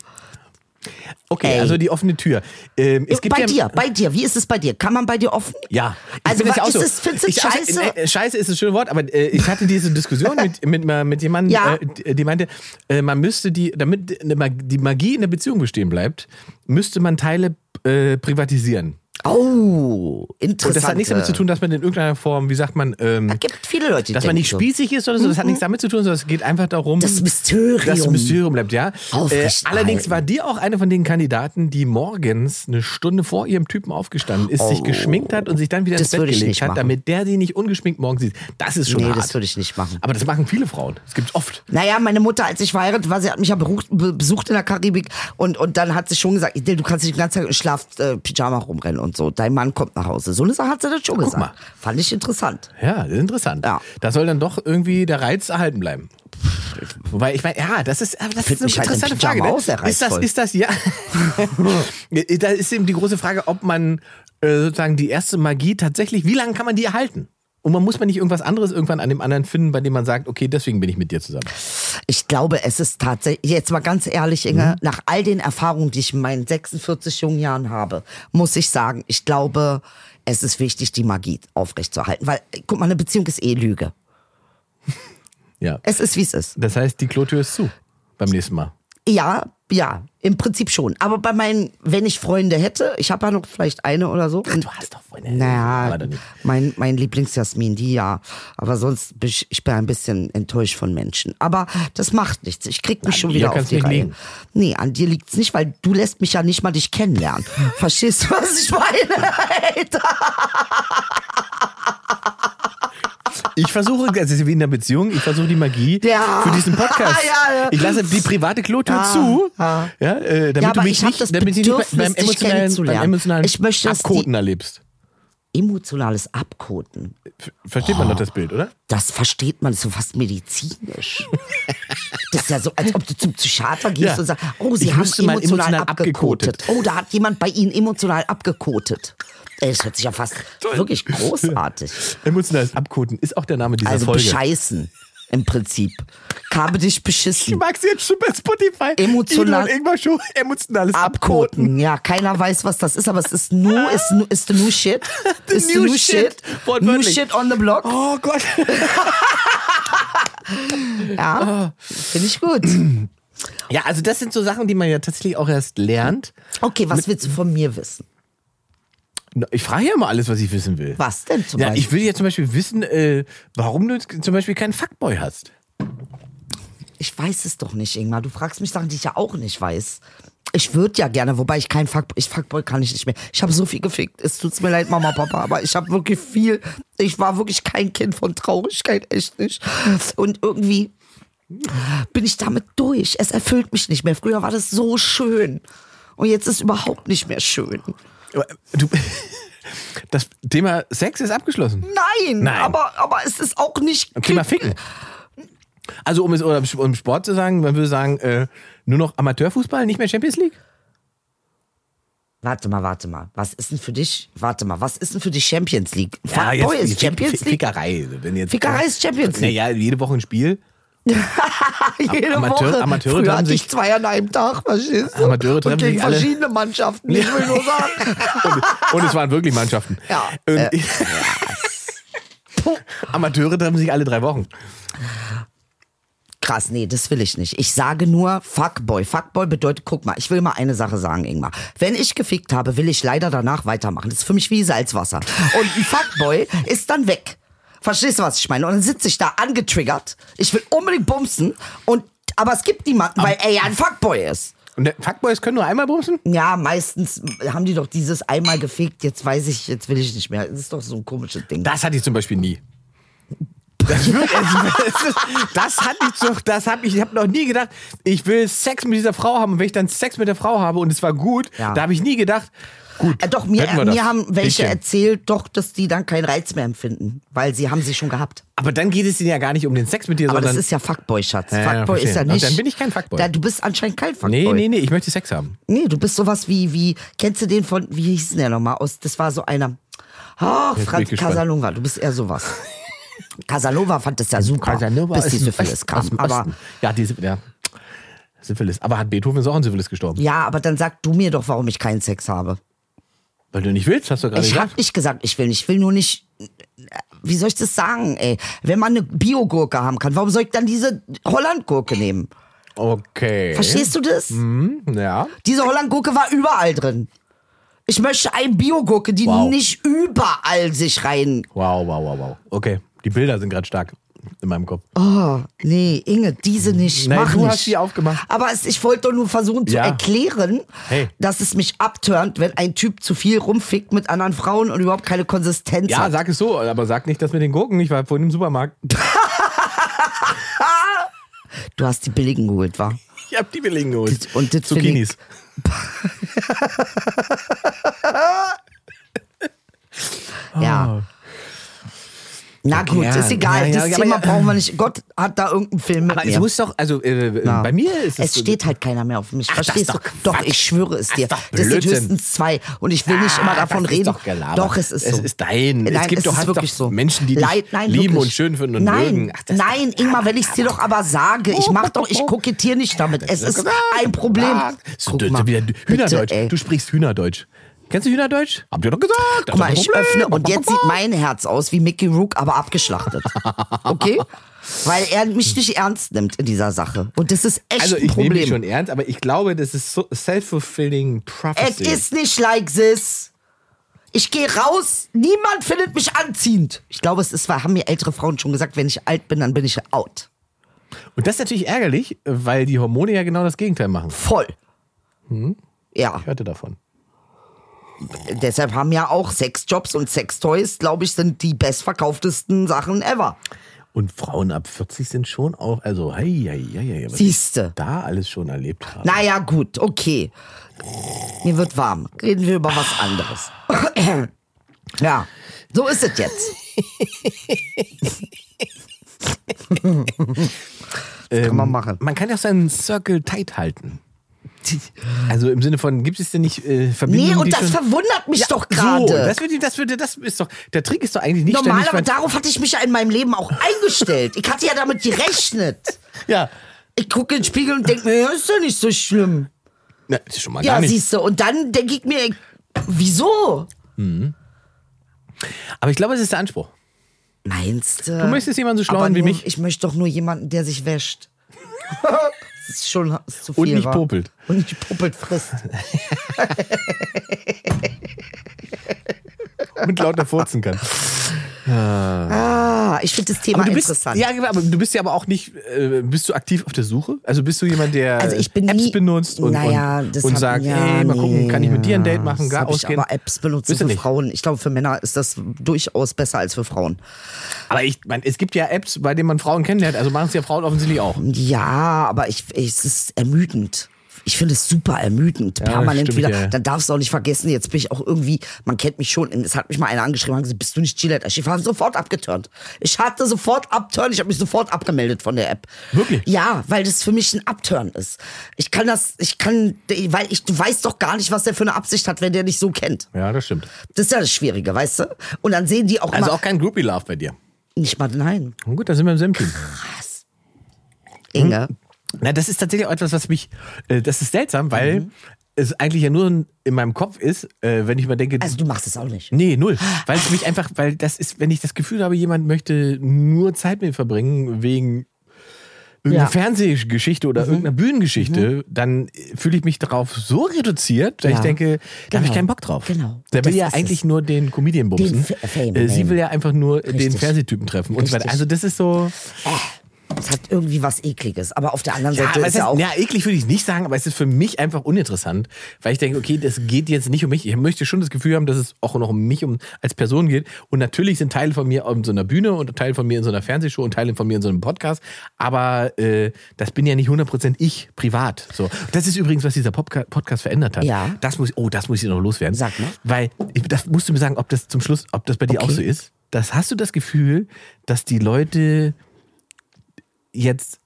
[SPEAKER 2] Okay,
[SPEAKER 4] Ey.
[SPEAKER 2] also die offene Tür. Ähm, es gibt
[SPEAKER 4] bei
[SPEAKER 2] ja,
[SPEAKER 4] dir, bei dir, wie ist es bei dir? Kann man bei dir offen?
[SPEAKER 2] Ja. Ich
[SPEAKER 4] Also,
[SPEAKER 2] finde
[SPEAKER 4] wa-
[SPEAKER 2] auch
[SPEAKER 4] ist es- findest du
[SPEAKER 2] Ich- also,
[SPEAKER 4] scheiße?
[SPEAKER 2] äh, scheiße ist ein schönes Wort, aber äh, ich hatte diese Diskussion
[SPEAKER 4] <laughs>
[SPEAKER 2] mit, mit, ma- mit jemandem,
[SPEAKER 4] Ja.
[SPEAKER 2] äh, die- die meinte, äh, man müsste die, damit eine Mag- die Magie in der Beziehung bestehen bleibt, müsste man Teile äh, privatisieren.
[SPEAKER 4] Oh, interessant.
[SPEAKER 2] Und das hat nichts damit zu tun, dass man in irgendeiner Form, wie sagt man, ähm,
[SPEAKER 4] Es gibt viele Leute, die
[SPEAKER 2] dass man
[SPEAKER 4] denken
[SPEAKER 2] nicht
[SPEAKER 4] so. Mhm.
[SPEAKER 2] spießig ist oder so, das hat nichts damit zu tun, sondern es geht einfach darum,
[SPEAKER 4] Das Mysterium.
[SPEAKER 2] das Mysterium bleibt, ja. Äh,
[SPEAKER 4] Aufrecht
[SPEAKER 2] allerdings
[SPEAKER 4] erhalten.
[SPEAKER 2] war dir auch eine von den Kandidaten, die morgens eine Stunde vor ihrem Typen aufgestanden ist, sich geschminkt hat und sich dann wieder ins
[SPEAKER 4] Oh. Das
[SPEAKER 2] Bett
[SPEAKER 4] würde ich
[SPEAKER 2] gelegt
[SPEAKER 4] nicht
[SPEAKER 2] hat,
[SPEAKER 4] machen.
[SPEAKER 2] damit der sie nicht ungeschminkt morgens sieht. Das ist schon
[SPEAKER 4] Nee,
[SPEAKER 2] hart.
[SPEAKER 4] das würde ich nicht machen.
[SPEAKER 2] Aber das machen viele Frauen. Das gibt's oft.
[SPEAKER 4] Naja, meine Mutter, als ich verheiratet war, sie hat mich ja berucht, be- besucht in der Karibik und, und dann hat sie schon gesagt, du kannst nicht den ganzen Tag im Schlaf äh, Pyjama rumrennen und so. Dein Mann kommt nach Hause. So eine Sache hat sie das schon gesagt.
[SPEAKER 2] mal.
[SPEAKER 4] Fand ich interessant.
[SPEAKER 2] Ja, das ist interessant.
[SPEAKER 4] Ja.
[SPEAKER 2] Da soll dann doch irgendwie der Reiz erhalten bleiben. Wobei, ich meine, ja, das ist, aber das ist
[SPEAKER 4] Find
[SPEAKER 2] eine
[SPEAKER 4] mich halt im
[SPEAKER 2] interessante
[SPEAKER 4] Pyjama
[SPEAKER 2] Frage. Ne?
[SPEAKER 4] auch sehr
[SPEAKER 2] ist das,
[SPEAKER 4] reizvoll.
[SPEAKER 2] ist das, ja. <laughs> da ist eben die große Frage, ob man äh, sozusagen die erste Magie tatsächlich, wie lange kann man die erhalten? Und man muss man nicht irgendwas anderes irgendwann an dem anderen finden, bei dem man sagt, okay, deswegen bin ich mit dir zusammen.
[SPEAKER 4] Ich glaube, es ist tatsächlich, jetzt mal ganz ehrlich, Inge, nach all den Erfahrungen, die ich in meinen 46 jungen Jahren habe, muss ich sagen, ich glaube, es ist wichtig, die Magie aufrechtzuerhalten. Weil, guck mal, eine Beziehung ist eh Lüge.
[SPEAKER 2] Ja.
[SPEAKER 4] Es ist, wie es ist.
[SPEAKER 2] Das heißt, die Klotür ist zu beim nächsten Mal.
[SPEAKER 4] Ja, ja, im Prinzip schon. Aber bei meinen, wenn ich Freunde hätte, ich habe ja noch vielleicht eine oder so. Und,
[SPEAKER 2] Du hast doch Freunde.
[SPEAKER 4] naja,
[SPEAKER 2] Äh, Aber dann nicht.
[SPEAKER 4] mein, mein Lieblingsjasmin, die ja. Aber sonst bin ich, ich bin ein bisschen enttäuscht von Menschen. Aber das macht nichts. Ich krieg mich schon
[SPEAKER 2] dir
[SPEAKER 4] wieder auf
[SPEAKER 2] kann's
[SPEAKER 4] die
[SPEAKER 2] nicht
[SPEAKER 4] Reihe.
[SPEAKER 2] liegen.
[SPEAKER 4] Nee, an dir liegt's nicht, weil du lässt mich ja nicht mal
[SPEAKER 2] <laughs>
[SPEAKER 4] dich kennenlernen. Verstehst du, was ich meine? Alter.
[SPEAKER 2] Ich versuche, das ist wie in der Beziehung, ich versuche die Magie
[SPEAKER 4] Ja.
[SPEAKER 2] für diesen Podcast.
[SPEAKER 4] <laughs> Ja, ja.
[SPEAKER 2] Ich lasse die private Klotür
[SPEAKER 4] Ja,
[SPEAKER 2] zu, ja.
[SPEAKER 4] ja.
[SPEAKER 2] äh, damit
[SPEAKER 4] Ja,
[SPEAKER 2] du
[SPEAKER 4] aber
[SPEAKER 2] mich
[SPEAKER 4] ich hab
[SPEAKER 2] nicht,
[SPEAKER 4] das
[SPEAKER 2] damit du nicht
[SPEAKER 4] Bedürfnis,
[SPEAKER 2] beim
[SPEAKER 4] dich
[SPEAKER 2] emotionalen, beim
[SPEAKER 4] kennenzulernen.
[SPEAKER 2] emotionalen
[SPEAKER 4] Ich möchte, dass die-
[SPEAKER 2] Abkoten erlebst.
[SPEAKER 4] Emotionales Abkoten.
[SPEAKER 2] F- Versteht man
[SPEAKER 4] Ah.
[SPEAKER 2] doch das Bild, oder?
[SPEAKER 4] Das versteht man so fast
[SPEAKER 2] <laughs>
[SPEAKER 4] medizinisch. Das ist ja so, als ob du zum Psychiater gehst
[SPEAKER 2] Ja.
[SPEAKER 4] und sagst, oh, sie
[SPEAKER 2] Ich
[SPEAKER 4] haben
[SPEAKER 2] müsste mal
[SPEAKER 4] emotional,
[SPEAKER 2] emotional
[SPEAKER 4] abgekotet. Oh, da hat jemand bei Ihnen emotional abgekotet. Ey, das hört sich ja fast wirklich
[SPEAKER 2] <laughs>
[SPEAKER 4] großartig.
[SPEAKER 2] Emotionales Abkoten ist auch der Name dieser
[SPEAKER 4] Also
[SPEAKER 2] Folge.
[SPEAKER 4] bescheißen im Prinzip. Habe dich beschissen.
[SPEAKER 2] Magst du jetzt schon bei Spotify?
[SPEAKER 4] Emotional-
[SPEAKER 2] Elon Ingmar Show, emotionales Abkoten.
[SPEAKER 4] Abkoten. Ja, keiner weiß, was das ist, aber es
[SPEAKER 2] <laughs>
[SPEAKER 4] ist nur, ist, nu- ist the new shit.
[SPEAKER 2] The
[SPEAKER 4] ist
[SPEAKER 2] new
[SPEAKER 4] the new shit.
[SPEAKER 2] shit.
[SPEAKER 4] New
[SPEAKER 2] Wortwörtlich.
[SPEAKER 4] shit on the block.
[SPEAKER 2] Oh Gott. <laughs>
[SPEAKER 4] Ja, finde ich
[SPEAKER 2] <clears throat>
[SPEAKER 4] gut.
[SPEAKER 2] Ja, also das sind so Sachen, die man ja tatsächlich auch erst lernt.
[SPEAKER 4] Okay, was willst du von mir wissen?
[SPEAKER 2] Na, Ich frage ja immer alles, was ich wissen will.
[SPEAKER 4] Was denn zum
[SPEAKER 2] Ja,
[SPEAKER 4] Beispiel?
[SPEAKER 2] ich will ja zum Beispiel wissen, äh, warum du zum Beispiel keinen Fuckboy hast.
[SPEAKER 4] Ich weiß es doch nicht, Ingmar. Du fragst mich Sachen, die ich ja auch nicht weiß. Ich würde ja gerne, wobei ich kein Fuckboy, ich Fuckboy kann ich nicht mehr. Ich habe so viel gefickt. Es tut's mir leid, Mama, Papa, aber ich habe wirklich viel. Ich war wirklich kein Kind von Traurigkeit, echt nicht. Und irgendwie bin ich damit durch. Es erfüllt mich nicht mehr. Früher war das so schön. Und jetzt ist überhaupt nicht mehr schön.
[SPEAKER 2] Aber, äh, Du, <laughs> das Thema Sex ist abgeschlossen.
[SPEAKER 4] Nein,
[SPEAKER 2] Nein.
[SPEAKER 4] Aber, aber es ist auch nicht.
[SPEAKER 2] Thema Ficken. Also um es oder um Sport zu sagen, man würde sagen, äh, nur noch Amateurfußball, nicht mehr Champions League?
[SPEAKER 4] Warte mal, warte mal. Was ist denn für dich? Warte mal, was ist denn für dich Champions League?
[SPEAKER 2] Ja,
[SPEAKER 4] Fuckboy
[SPEAKER 2] jetzt-
[SPEAKER 4] ist Champions
[SPEAKER 2] Fick-
[SPEAKER 4] League?
[SPEAKER 2] Fickerei. Wenn jetzt,
[SPEAKER 4] Fickerei ist Champions League.
[SPEAKER 2] Naja, jede Woche ein Spiel.
[SPEAKER 4] Jede
[SPEAKER 2] Amateur-
[SPEAKER 4] Woche.
[SPEAKER 2] Amateure
[SPEAKER 4] Früher
[SPEAKER 2] treffen
[SPEAKER 4] hatte
[SPEAKER 2] sich-
[SPEAKER 4] ich zwei an einem Tag, verstehst du?
[SPEAKER 2] Amateure treffen
[SPEAKER 4] Und gegen
[SPEAKER 2] sich alle-
[SPEAKER 4] verschiedene Mannschaften, ich will nur sagen.
[SPEAKER 2] <laughs> Und, und es waren wirklich Mannschaften. Ähm,
[SPEAKER 4] Ja.
[SPEAKER 2] Und, äh, <laughs> Amateure treffen sich alle drei Wochen.
[SPEAKER 4] Krass, nee, das will ich nicht. Ich sage nur Fuckboy. Fuckboy bedeutet, guck mal, ich will mal eine Sache sagen, Ingmar. Wenn ich gefickt habe, will ich leider danach weitermachen. Das ist für mich wie Salzwasser. Und ein Fuckboy ist dann weg. Verstehst du, was ich meine? Und dann sitze ich da angetriggert. Ich will unbedingt bumsen. Und, aber es gibt niemanden, weil er ja ein Fuckboy ist.
[SPEAKER 2] Und der Fuckboys können nur einmal bumsen?
[SPEAKER 4] Ja, meistens haben die doch dieses einmal gefegt, jetzt weiß ich, jetzt will ich nicht mehr. Das ist doch so ein komisches Ding.
[SPEAKER 2] Das hatte ich zum Beispiel nie. Das, <laughs> wird, das hatte ich doch, das habe ich, ich habe noch nie gedacht, ich will Sex mit dieser Frau haben. Und wenn ich dann Sex mit der Frau habe und es war gut,
[SPEAKER 4] Ja.
[SPEAKER 2] da habe ich nie gedacht, gut.
[SPEAKER 4] Äh, doch, mir,
[SPEAKER 2] hätten wir das.
[SPEAKER 4] mir haben welche
[SPEAKER 2] Häkchen.
[SPEAKER 4] erzählt, doch, dass die dann keinen Reiz mehr empfinden, weil sie haben sie schon gehabt.
[SPEAKER 2] Aber dann geht es ihnen ja gar nicht um den Sex mit dir,
[SPEAKER 4] Aber das
[SPEAKER 2] sondern.
[SPEAKER 4] ist ja Fuckboy, Schatz.
[SPEAKER 2] Ja, ja,
[SPEAKER 4] Fuckboy
[SPEAKER 2] verstehe.
[SPEAKER 4] ist ja
[SPEAKER 2] Und
[SPEAKER 4] nicht.
[SPEAKER 2] dann bin ich kein Fuckboy.
[SPEAKER 4] Da, du bist anscheinend kein Fuckboy.
[SPEAKER 2] nee, nee, nee, ich möchte Sex haben.
[SPEAKER 4] Nee, du bist sowas wie, wie, kennst du den von, wie hieß denn der nochmal aus? Das war so einer. Oh,
[SPEAKER 2] bin ich
[SPEAKER 4] Franz
[SPEAKER 2] gespannt.
[SPEAKER 4] Casalunga, du bist
[SPEAKER 2] <laughs>
[SPEAKER 4] eher sowas. Casanova fand das ja super, bis die
[SPEAKER 2] ein
[SPEAKER 4] Syphilis
[SPEAKER 2] Ost- aus
[SPEAKER 4] kam.
[SPEAKER 2] dem
[SPEAKER 4] Aber
[SPEAKER 2] Osten. ja, diese, ja. Syphilis. Aber hat Beethoven ist auch an Syphilis gestorben.
[SPEAKER 4] Ja, aber dann sag du mir doch, warum ich keinen Sex habe.
[SPEAKER 2] Weil du nicht willst, hast du gerade
[SPEAKER 4] Ich
[SPEAKER 2] gesagt.
[SPEAKER 4] habe nicht gesagt, ich will nicht. Ich will nur nicht. äh, Wie soll ich das sagen, ey? Wenn man eine Biogurke haben kann, warum soll ich dann diese Hollandgurke nehmen?
[SPEAKER 2] Okay.
[SPEAKER 4] Verstehst du das?
[SPEAKER 2] Mhm. Ja.
[SPEAKER 4] Diese Hollandgurke war überall drin. Ich möchte eine Biogurke, die
[SPEAKER 2] Wow.
[SPEAKER 4] nicht überall sich rein.
[SPEAKER 2] Wow, wow, wow, wow. Okay. Die Bilder sind gerade stark in meinem Kopf.
[SPEAKER 4] Oh, nee, Inge, diese nicht.
[SPEAKER 2] Nein,
[SPEAKER 4] Mach
[SPEAKER 2] du
[SPEAKER 4] nicht.
[SPEAKER 2] hast die aufgemacht.
[SPEAKER 4] Aber es, ich wollte doch nur versuchen zu
[SPEAKER 2] Ja.
[SPEAKER 4] erklären,
[SPEAKER 2] Hey.
[SPEAKER 4] dass es mich abturnt, wenn ein Typ zu viel rumfickt mit anderen Frauen und überhaupt keine Konsistenz
[SPEAKER 2] Ja,
[SPEAKER 4] hat.
[SPEAKER 2] sag es so, aber sag nicht das mit den Gurken. Ich war vorhin im Supermarkt. <laughs>
[SPEAKER 4] Du hast die billigen geholt, wa?
[SPEAKER 2] Ich hab die billigen geholt.
[SPEAKER 4] Das- und das find
[SPEAKER 2] Zucchinis. Ah,
[SPEAKER 4] Ja. Na gut,
[SPEAKER 2] ja.
[SPEAKER 4] ist egal.
[SPEAKER 2] Ja, ja,
[SPEAKER 4] das
[SPEAKER 2] ja, aber
[SPEAKER 4] Thema
[SPEAKER 2] ja.
[SPEAKER 4] brauchen wir nicht. Gott hat da irgendeinen Film mit
[SPEAKER 2] Aber
[SPEAKER 4] mir.
[SPEAKER 2] es muss doch, also äh,
[SPEAKER 4] Ja.
[SPEAKER 2] bei mir ist es.
[SPEAKER 4] Es steht halt keiner mehr auf mich.
[SPEAKER 2] Ach, das
[SPEAKER 4] Verstehst
[SPEAKER 2] ist
[SPEAKER 4] du?
[SPEAKER 2] doch
[SPEAKER 4] Doch,
[SPEAKER 2] Quatsch.
[SPEAKER 4] ich schwöre es
[SPEAKER 2] Das
[SPEAKER 4] dir.
[SPEAKER 2] ist doch
[SPEAKER 4] Das sind
[SPEAKER 2] Blödsinn. Ah,
[SPEAKER 4] höchstens zwei. Und ich will nicht immer davon
[SPEAKER 2] das
[SPEAKER 4] reden.
[SPEAKER 2] Ist doch, Gelaber.
[SPEAKER 4] doch, es ist so.
[SPEAKER 2] Es ist dein.
[SPEAKER 4] Nein,
[SPEAKER 2] es gibt doch,
[SPEAKER 4] ist
[SPEAKER 2] halt
[SPEAKER 4] wirklich
[SPEAKER 2] doch
[SPEAKER 4] so.
[SPEAKER 2] Menschen, die dich
[SPEAKER 4] Leid- nein,
[SPEAKER 2] lieben
[SPEAKER 4] wirklich.
[SPEAKER 2] und schön finden und
[SPEAKER 4] nein,
[SPEAKER 2] mögen. Ach, das-
[SPEAKER 4] nein, Ingmar, wenn ich es dir doch aber sage, ich mach doch, ich kokettiere nicht damit. Es ist
[SPEAKER 2] ah,
[SPEAKER 4] ein Problem.
[SPEAKER 2] So, du, so wieder Hühnerdeutsch.
[SPEAKER 4] ey.
[SPEAKER 2] du sprichst Hühnerdeutsch. Kennst du Hühnerdeutsch? Habt ihr doch gesagt. das
[SPEAKER 4] Guck mal,
[SPEAKER 2] ist
[SPEAKER 4] ich
[SPEAKER 2] ein Problem.
[SPEAKER 4] öffne und jetzt sieht mein Herz aus wie Mickey Rook,
[SPEAKER 2] <laughs>
[SPEAKER 4] aber abgeschlachtet. Okay? Weil er mich nicht ernst nimmt in dieser Sache. Und das ist echt
[SPEAKER 2] Also
[SPEAKER 4] ein
[SPEAKER 2] ich nehme dich
[SPEAKER 4] Problem.
[SPEAKER 2] schon ernst, aber ich glaube, das ist so self-fulfilling
[SPEAKER 4] Es
[SPEAKER 2] prophecy.
[SPEAKER 4] ist nicht like this. Ich gehe raus, niemand findet mich anziehend. Ich glaube, es ist, haben mir ältere Frauen schon gesagt, wenn ich alt bin, dann bin ich out.
[SPEAKER 2] und das ist natürlich ärgerlich, weil die Hormone ja genau das Gegenteil machen.
[SPEAKER 4] Voll. Ja,
[SPEAKER 2] Hm? Ich hörte davon.
[SPEAKER 4] deshalb haben ja auch Sexjobs und Sextoys, glaube ich, sind die bestverkauftesten Sachen ever.
[SPEAKER 2] Und Frauen ab 40 sind schon auch, also hei, hei, hei, hei, was
[SPEAKER 4] Siehste.
[SPEAKER 2] ich da alles schon erlebt habe.
[SPEAKER 4] Naja, gut, okay. Mir wird warm. Reden wir über was anderes. <clears throat> ja, so ist es jetzt.
[SPEAKER 2] Ähm,
[SPEAKER 4] man machen.
[SPEAKER 2] Man kann ja auch seinen Circle tight halten. Also im Sinne von, gibt es denn nicht äh, Verbindungen,
[SPEAKER 4] Nee, und
[SPEAKER 2] die
[SPEAKER 4] das
[SPEAKER 2] schon...
[SPEAKER 4] verwundert mich
[SPEAKER 2] Ja,
[SPEAKER 4] doch
[SPEAKER 2] So,
[SPEAKER 4] gerade.
[SPEAKER 2] das, würde, das, würde, das ist doch, der Trick ist doch eigentlich nicht
[SPEAKER 4] Normal,
[SPEAKER 2] ständig...
[SPEAKER 4] aber
[SPEAKER 2] mein-
[SPEAKER 4] darauf hatte ich mich ja in meinem Leben auch eingestellt. Ich hatte ja damit gerechnet.
[SPEAKER 2] Ja,
[SPEAKER 4] Ich gucke in den Spiegel und denke mir, ja, ist ja nicht so schlimm.
[SPEAKER 2] Na, das ist schon mal
[SPEAKER 4] Ja,
[SPEAKER 2] gar nicht.
[SPEAKER 4] siehst du. Und dann denke ich mir, wieso?
[SPEAKER 2] Aber ich glaube, es ist der Anspruch.
[SPEAKER 4] Meinst du?
[SPEAKER 2] Du möchtest jemanden so schlau
[SPEAKER 4] Aber
[SPEAKER 2] wie
[SPEAKER 4] nur,
[SPEAKER 2] mich
[SPEAKER 4] Ich möchte doch nur jemanden, der sich
[SPEAKER 2] <laughs>
[SPEAKER 4] wäscht. das ist schon ist zu viel.
[SPEAKER 2] Und nicht
[SPEAKER 4] wa?
[SPEAKER 2] popelt.
[SPEAKER 4] Und nicht popelt frisst.
[SPEAKER 2] und lauter furzen
[SPEAKER 4] <laughs>
[SPEAKER 2] kann.
[SPEAKER 4] Ah, ich finde das Thema
[SPEAKER 2] du bist,
[SPEAKER 4] interessant.
[SPEAKER 2] ja, aber du bist ja aber auch nicht, äh, bist du aktiv auf der Suche? Also bist du jemand, der
[SPEAKER 4] Also ich bin
[SPEAKER 2] Apps
[SPEAKER 4] nie-
[SPEAKER 2] benutzt und,
[SPEAKER 4] naja,
[SPEAKER 2] und,
[SPEAKER 4] das
[SPEAKER 2] und
[SPEAKER 4] hab-
[SPEAKER 2] sagt,
[SPEAKER 4] ja,
[SPEAKER 2] hey, mal gucken,
[SPEAKER 4] nee,
[SPEAKER 2] kann ich mit dir ein Date
[SPEAKER 4] ja,
[SPEAKER 2] machen,
[SPEAKER 4] Das
[SPEAKER 2] gar
[SPEAKER 4] hab ich
[SPEAKER 2] ausgehen?
[SPEAKER 4] aber Apps benutzt
[SPEAKER 2] Bist du
[SPEAKER 4] für
[SPEAKER 2] nicht.
[SPEAKER 4] Frauen. Ich glaube, für Männer ist das durchaus besser als für Frauen.
[SPEAKER 2] Aber ich meine, es gibt ja Apps, bei denen man Frauen kennenlernt, also machen es ja Frauen offensichtlich auch.
[SPEAKER 4] Ja, aber ich, ich, es ist ermüdend. Ich finde es super ermüdend. Permanent
[SPEAKER 2] stimmt,
[SPEAKER 4] wieder.
[SPEAKER 2] ja, ja.
[SPEAKER 4] Dann darfst du auch nicht vergessen, jetzt bin ich auch irgendwie, man kennt mich schon, es hat mich mal einer angeschrieben und gesagt, bist du nicht Gillette? Ich war sofort abgeturnt. Ich hatte sofort abturn, ich habe mich sofort abgemeldet von der App.
[SPEAKER 2] Wirklich?
[SPEAKER 4] Ja, weil das für mich ein Abturn ist. Ich kann das, ich kann, weil ich, du weißt doch gar nicht, was der für eine Absicht hat, wenn der dich so kennt.
[SPEAKER 2] Ja, das stimmt.
[SPEAKER 4] Das ist ja das Schwierige, weißt du? Und dann sehen die auch
[SPEAKER 2] Also
[SPEAKER 4] immer,
[SPEAKER 2] auch kein Groupie Love bei dir.
[SPEAKER 4] nicht mal nein,
[SPEAKER 2] Na gut, da sind wir im Sempel. Hm?
[SPEAKER 4] Inge.
[SPEAKER 2] Na, das ist tatsächlich auch etwas, was mich, äh, das ist seltsam, weil es eigentlich ja nur in meinem Kopf ist, äh, wenn ich mal denke,
[SPEAKER 4] Also du machst es auch nicht.
[SPEAKER 2] Nee, null. Weil es mich einfach, weil das ist, wenn ich das Gefühl habe, jemand möchte nur Zeit mit mir verbringen wegen irgendeiner
[SPEAKER 4] Ja. Mhm.
[SPEAKER 2] Fernsehgeschichte oder irgendeiner Bühnengeschichte, dann äh, fühle ich mich darauf so reduziert, dass
[SPEAKER 4] Ja.
[SPEAKER 2] ich denke, da habe ich
[SPEAKER 4] Genau.
[SPEAKER 2] keinen Bock drauf.
[SPEAKER 4] Genau.
[SPEAKER 2] Der will
[SPEAKER 4] Das
[SPEAKER 2] ja
[SPEAKER 4] ist
[SPEAKER 2] eigentlich
[SPEAKER 4] es.
[SPEAKER 2] nur den Comedian bumsen.
[SPEAKER 4] Den F- Fame,
[SPEAKER 2] Äh, Sie
[SPEAKER 4] Fame.
[SPEAKER 2] will ja einfach nur den
[SPEAKER 4] Richtig.
[SPEAKER 2] Fernsehtypen treffen und so weiter.
[SPEAKER 4] Richtig.
[SPEAKER 2] Also das ist so.
[SPEAKER 4] Es hat irgendwie was Ekliges. Aber auf der anderen
[SPEAKER 2] Ja,
[SPEAKER 4] Seite
[SPEAKER 2] aber
[SPEAKER 4] ist
[SPEAKER 2] es ne-
[SPEAKER 4] ja auch.
[SPEAKER 2] ja, eklig würde ich nicht sagen, aber es ist für mich einfach uninteressant, weil ich denke, okay, das geht jetzt nicht um mich. Ich möchte schon das Gefühl haben, dass es auch noch um mich um, als Person geht. Und natürlich sind Teile von mir in so einer Bühne und Teile von mir in so einer Fernsehshow und Teile von mir in so einem Podcast. Aber äh, das bin ja nicht 100% ich privat. So. Das ist übrigens, was dieser Popka Podcast verändert hat.
[SPEAKER 4] Ja.
[SPEAKER 2] Das muss, oh, das muss ich noch loswerden.
[SPEAKER 4] Sag mal.
[SPEAKER 2] Weil ich, das musst du mir sagen, ob das zum Schluss, ob das bei dir
[SPEAKER 4] Okay.
[SPEAKER 2] auch so ist. Das hast du das Gefühl, dass die Leute jetzt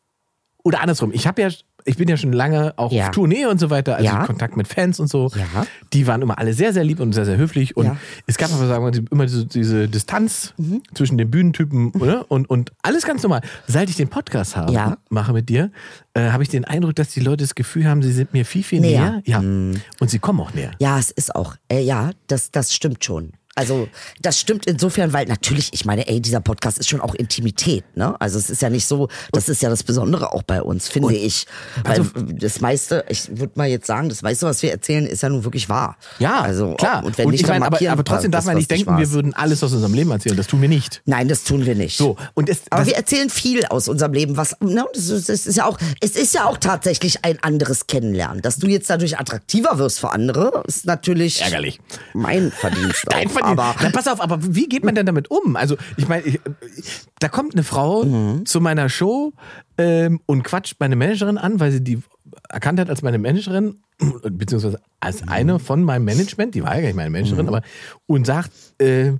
[SPEAKER 2] oder andersrum, ich habe ja ich bin ja schon lange auch
[SPEAKER 4] Ja.
[SPEAKER 2] auf Tournee und so weiter, also
[SPEAKER 4] Ja.
[SPEAKER 2] Kontakt mit Fans und so.
[SPEAKER 4] Ja.
[SPEAKER 2] Die waren immer alle sehr, sehr lieb und sehr, sehr höflich. Und
[SPEAKER 4] Ja. Mhm.
[SPEAKER 2] es gab aber sagen wir, mal, immer diese, diese Distanz zwischen den Bühnentypen oder? Und, und alles ganz normal. Seit ich den Podcast habe,
[SPEAKER 4] Ja.
[SPEAKER 2] mache mit dir, äh, habe ich den Eindruck, dass die Leute das Gefühl haben, sie sind mir viel, viel näher.
[SPEAKER 4] Näher. Mhm.
[SPEAKER 2] Ja. Und sie kommen auch näher.
[SPEAKER 4] Ja, es ist auch. Äh, ja, das, das stimmt schon. Also das stimmt insofern, weil natürlich, ich meine, ey, dieser Podcast ist schon auch Intimität, ne? Also es ist ja nicht so, das ist ja das Besondere auch bei uns, finde ich. Weil
[SPEAKER 2] also
[SPEAKER 4] das meiste, ich würde mal jetzt sagen, das meiste, was wir erzählen, ist ja nun wirklich wahr.
[SPEAKER 2] Ja,
[SPEAKER 4] also
[SPEAKER 2] klar.
[SPEAKER 4] Und wenn
[SPEAKER 2] ich
[SPEAKER 4] nicht, dann
[SPEAKER 2] meine, aber,
[SPEAKER 4] markieren
[SPEAKER 2] aber
[SPEAKER 4] wir
[SPEAKER 2] trotzdem darf
[SPEAKER 4] das,
[SPEAKER 2] man
[SPEAKER 4] was
[SPEAKER 2] nicht denken,
[SPEAKER 4] wahr
[SPEAKER 2] wir
[SPEAKER 4] ist.
[SPEAKER 2] würden alles aus unserem Leben erzählen. Das tun wir nicht.
[SPEAKER 4] Nein, das tun wir nicht.
[SPEAKER 2] So, und es,
[SPEAKER 4] Aber
[SPEAKER 2] das,
[SPEAKER 4] wir erzählen viel aus unserem Leben, was ne, das ist, das ist ja auch, es ist ja auch tatsächlich ein anderes Kennenlernen. Dass du jetzt dadurch attraktiver wirst für andere, ist natürlich
[SPEAKER 2] Ärgerlich.
[SPEAKER 4] Mein Verdienst.
[SPEAKER 2] <laughs> Dein
[SPEAKER 4] auch,
[SPEAKER 2] Verdienst.
[SPEAKER 4] Aber
[SPEAKER 2] Na, pass auf, aber wie geht man denn damit um? Also, ich meine, ich- da kommt eine Frau
[SPEAKER 4] Mhm.
[SPEAKER 2] zu meiner Show ähm, und quatscht meine Managerin an, weil sie die erkannt hat als meine Managerin, beziehungsweise
[SPEAKER 4] Mhm.
[SPEAKER 2] als eine von meinem Management, die war ja gar nicht meine Managerin, aber und sagt, äh,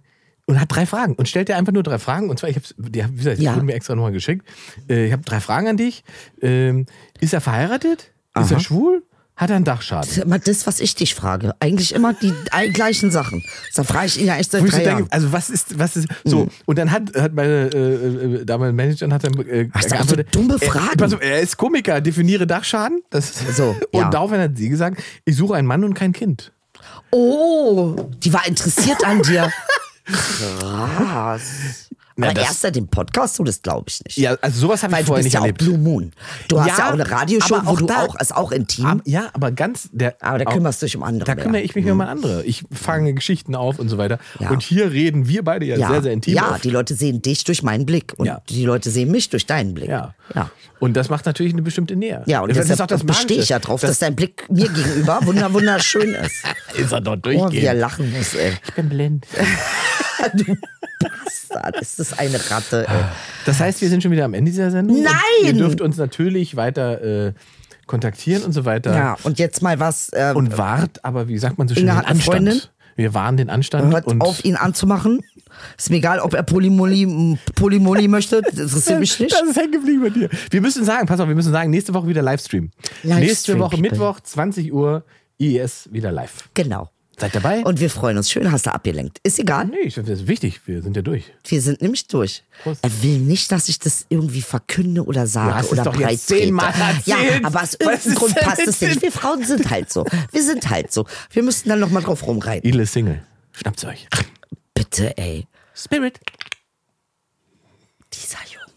[SPEAKER 2] und hat drei Fragen und stellt dir einfach nur drei Fragen. Und zwar, ich hab's, die, hab- wie gesagt, die
[SPEAKER 4] Ja.
[SPEAKER 2] wurden mir extra nochmal geschickt. Äh, ich habe drei Fragen an dich. Ähm, ist er verheiratet? Ist er schwul? Hat er einen Dachschaden?
[SPEAKER 4] das ist immer das, was ich dich frage. Eigentlich immer die all- gleichen Sachen. Da frage ich ihn ja echt seit
[SPEAKER 2] Wo ich so
[SPEAKER 4] drei Mhm.
[SPEAKER 2] denke,
[SPEAKER 4] Jahren.
[SPEAKER 2] also was ist, was ist, so. Und dann hat, hat meine äh, äh, damalige Managerin hat dann äh,
[SPEAKER 4] Ach, das sind so dumme
[SPEAKER 2] Er,
[SPEAKER 4] Fragen.
[SPEAKER 2] pass auf, er ist Komiker, definiere Dachschaden. Das,
[SPEAKER 4] <laughs>
[SPEAKER 2] <laughs>
[SPEAKER 4] So, ja.
[SPEAKER 2] Und daraufhin hat sie gesagt, ich suche einen Mann und kein Kind.
[SPEAKER 4] Oh, die war interessiert an
[SPEAKER 2] <laughs>
[SPEAKER 4] dir. Krass.
[SPEAKER 2] Na,
[SPEAKER 4] Aber
[SPEAKER 2] das-
[SPEAKER 4] erst seit dem Podcast, du das glaube ich nicht.
[SPEAKER 2] Ja, also sowas habe
[SPEAKER 4] Weil
[SPEAKER 2] ich
[SPEAKER 4] du
[SPEAKER 2] vorher nicht
[SPEAKER 4] bist ja
[SPEAKER 2] erlebt.
[SPEAKER 4] auch Blue Moon. Du hast
[SPEAKER 2] Ja,
[SPEAKER 4] ja auch eine Radioshow,
[SPEAKER 2] aber
[SPEAKER 4] wo
[SPEAKER 2] auch
[SPEAKER 4] du
[SPEAKER 2] da-
[SPEAKER 4] auch, ist auch intim.
[SPEAKER 2] Ab- ja, aber ganz der.
[SPEAKER 4] Mhm. Aber da
[SPEAKER 2] auch-
[SPEAKER 4] kümmerst du dich um andere,
[SPEAKER 2] Da
[SPEAKER 4] ja.
[SPEAKER 2] kümmere ich mich um andere. Ich fange Geschichten auf und so weiter.
[SPEAKER 4] Mhm. Ja.
[SPEAKER 2] Und hier reden wir beide ja,
[SPEAKER 4] ja,
[SPEAKER 2] sehr, sehr intim.
[SPEAKER 4] ja
[SPEAKER 2] oft.
[SPEAKER 4] die Leute sehen dich durch meinen Blick und
[SPEAKER 2] Ja.
[SPEAKER 4] die Leute sehen mich durch deinen Blick.
[SPEAKER 2] ja.
[SPEAKER 4] ja.
[SPEAKER 2] Und das macht natürlich eine bestimmte Nähe.
[SPEAKER 4] Ja, und
[SPEAKER 2] das
[SPEAKER 4] deshalb
[SPEAKER 2] ist auch das
[SPEAKER 4] bestehe ich
[SPEAKER 2] Magische.
[SPEAKER 4] ja drauf, dass dein Blick mir gegenüber wunder wunderschön
[SPEAKER 2] <laughs>
[SPEAKER 4] ist.
[SPEAKER 2] ist er dort
[SPEAKER 4] Oh, wie er
[SPEAKER 2] durchgehend.
[SPEAKER 4] lachen muss, ey.
[SPEAKER 2] ich bin blind.
[SPEAKER 4] Du Bastard, ist das eine Ratte, ey.
[SPEAKER 2] Das heißt, wir sind schon wieder am Ende dieser Sendung. Und
[SPEAKER 4] Nein!
[SPEAKER 2] Ihr dürft uns natürlich weiter äh, kontaktieren und so weiter.
[SPEAKER 4] Ja, und jetzt mal was, äh,
[SPEAKER 2] Und wart, aber wie sagt man so schön,
[SPEAKER 4] Inge
[SPEAKER 2] den
[SPEAKER 4] hat eine
[SPEAKER 2] Anstand.
[SPEAKER 4] Freundin.
[SPEAKER 2] Wir wahren den Anstand
[SPEAKER 4] hört
[SPEAKER 2] und
[SPEAKER 4] auf, ihn anzumachen. Ist mir egal, ob er Polymoli, Polymoli möchte, das interessiert mich nicht.
[SPEAKER 2] Das ist hängen geblieben bei dir. Wir müssen sagen, pass auf, wir müssen sagen, nächste Woche wieder Livestream.
[SPEAKER 4] Livestream,
[SPEAKER 2] nächste Woche
[SPEAKER 4] people.
[SPEAKER 2] Mittwoch, 20 Uhr, IES wieder live.
[SPEAKER 4] Genau.
[SPEAKER 2] Seid dabei?
[SPEAKER 4] Und wir freuen uns. Schön hast du abgelenkt. Ist egal.
[SPEAKER 2] nee, ich finde das ist wichtig. Wir sind ja durch.
[SPEAKER 4] Wir sind nämlich durch.
[SPEAKER 2] Prost.
[SPEAKER 4] Er will nicht, dass ich das irgendwie verkünde oder
[SPEAKER 2] Du
[SPEAKER 4] sage
[SPEAKER 2] hast es
[SPEAKER 4] oder
[SPEAKER 2] doch jetzt
[SPEAKER 4] breittrete.
[SPEAKER 2] zehnmal erzählt.
[SPEAKER 4] Ja, aber
[SPEAKER 2] Was
[SPEAKER 4] aus irgendeinem
[SPEAKER 2] ist
[SPEAKER 4] Grund
[SPEAKER 2] denn
[SPEAKER 4] passt
[SPEAKER 2] mit
[SPEAKER 4] es nicht.
[SPEAKER 2] dem-
[SPEAKER 4] Wir Frauen sind halt so. Wir sind halt so. Wir müssten dann nochmal drauf rumreiten.
[SPEAKER 2] Idle ist Single. Schnappt's euch.
[SPEAKER 4] Bitte, ey.
[SPEAKER 2] Spirit.
[SPEAKER 4] Dieser Junge.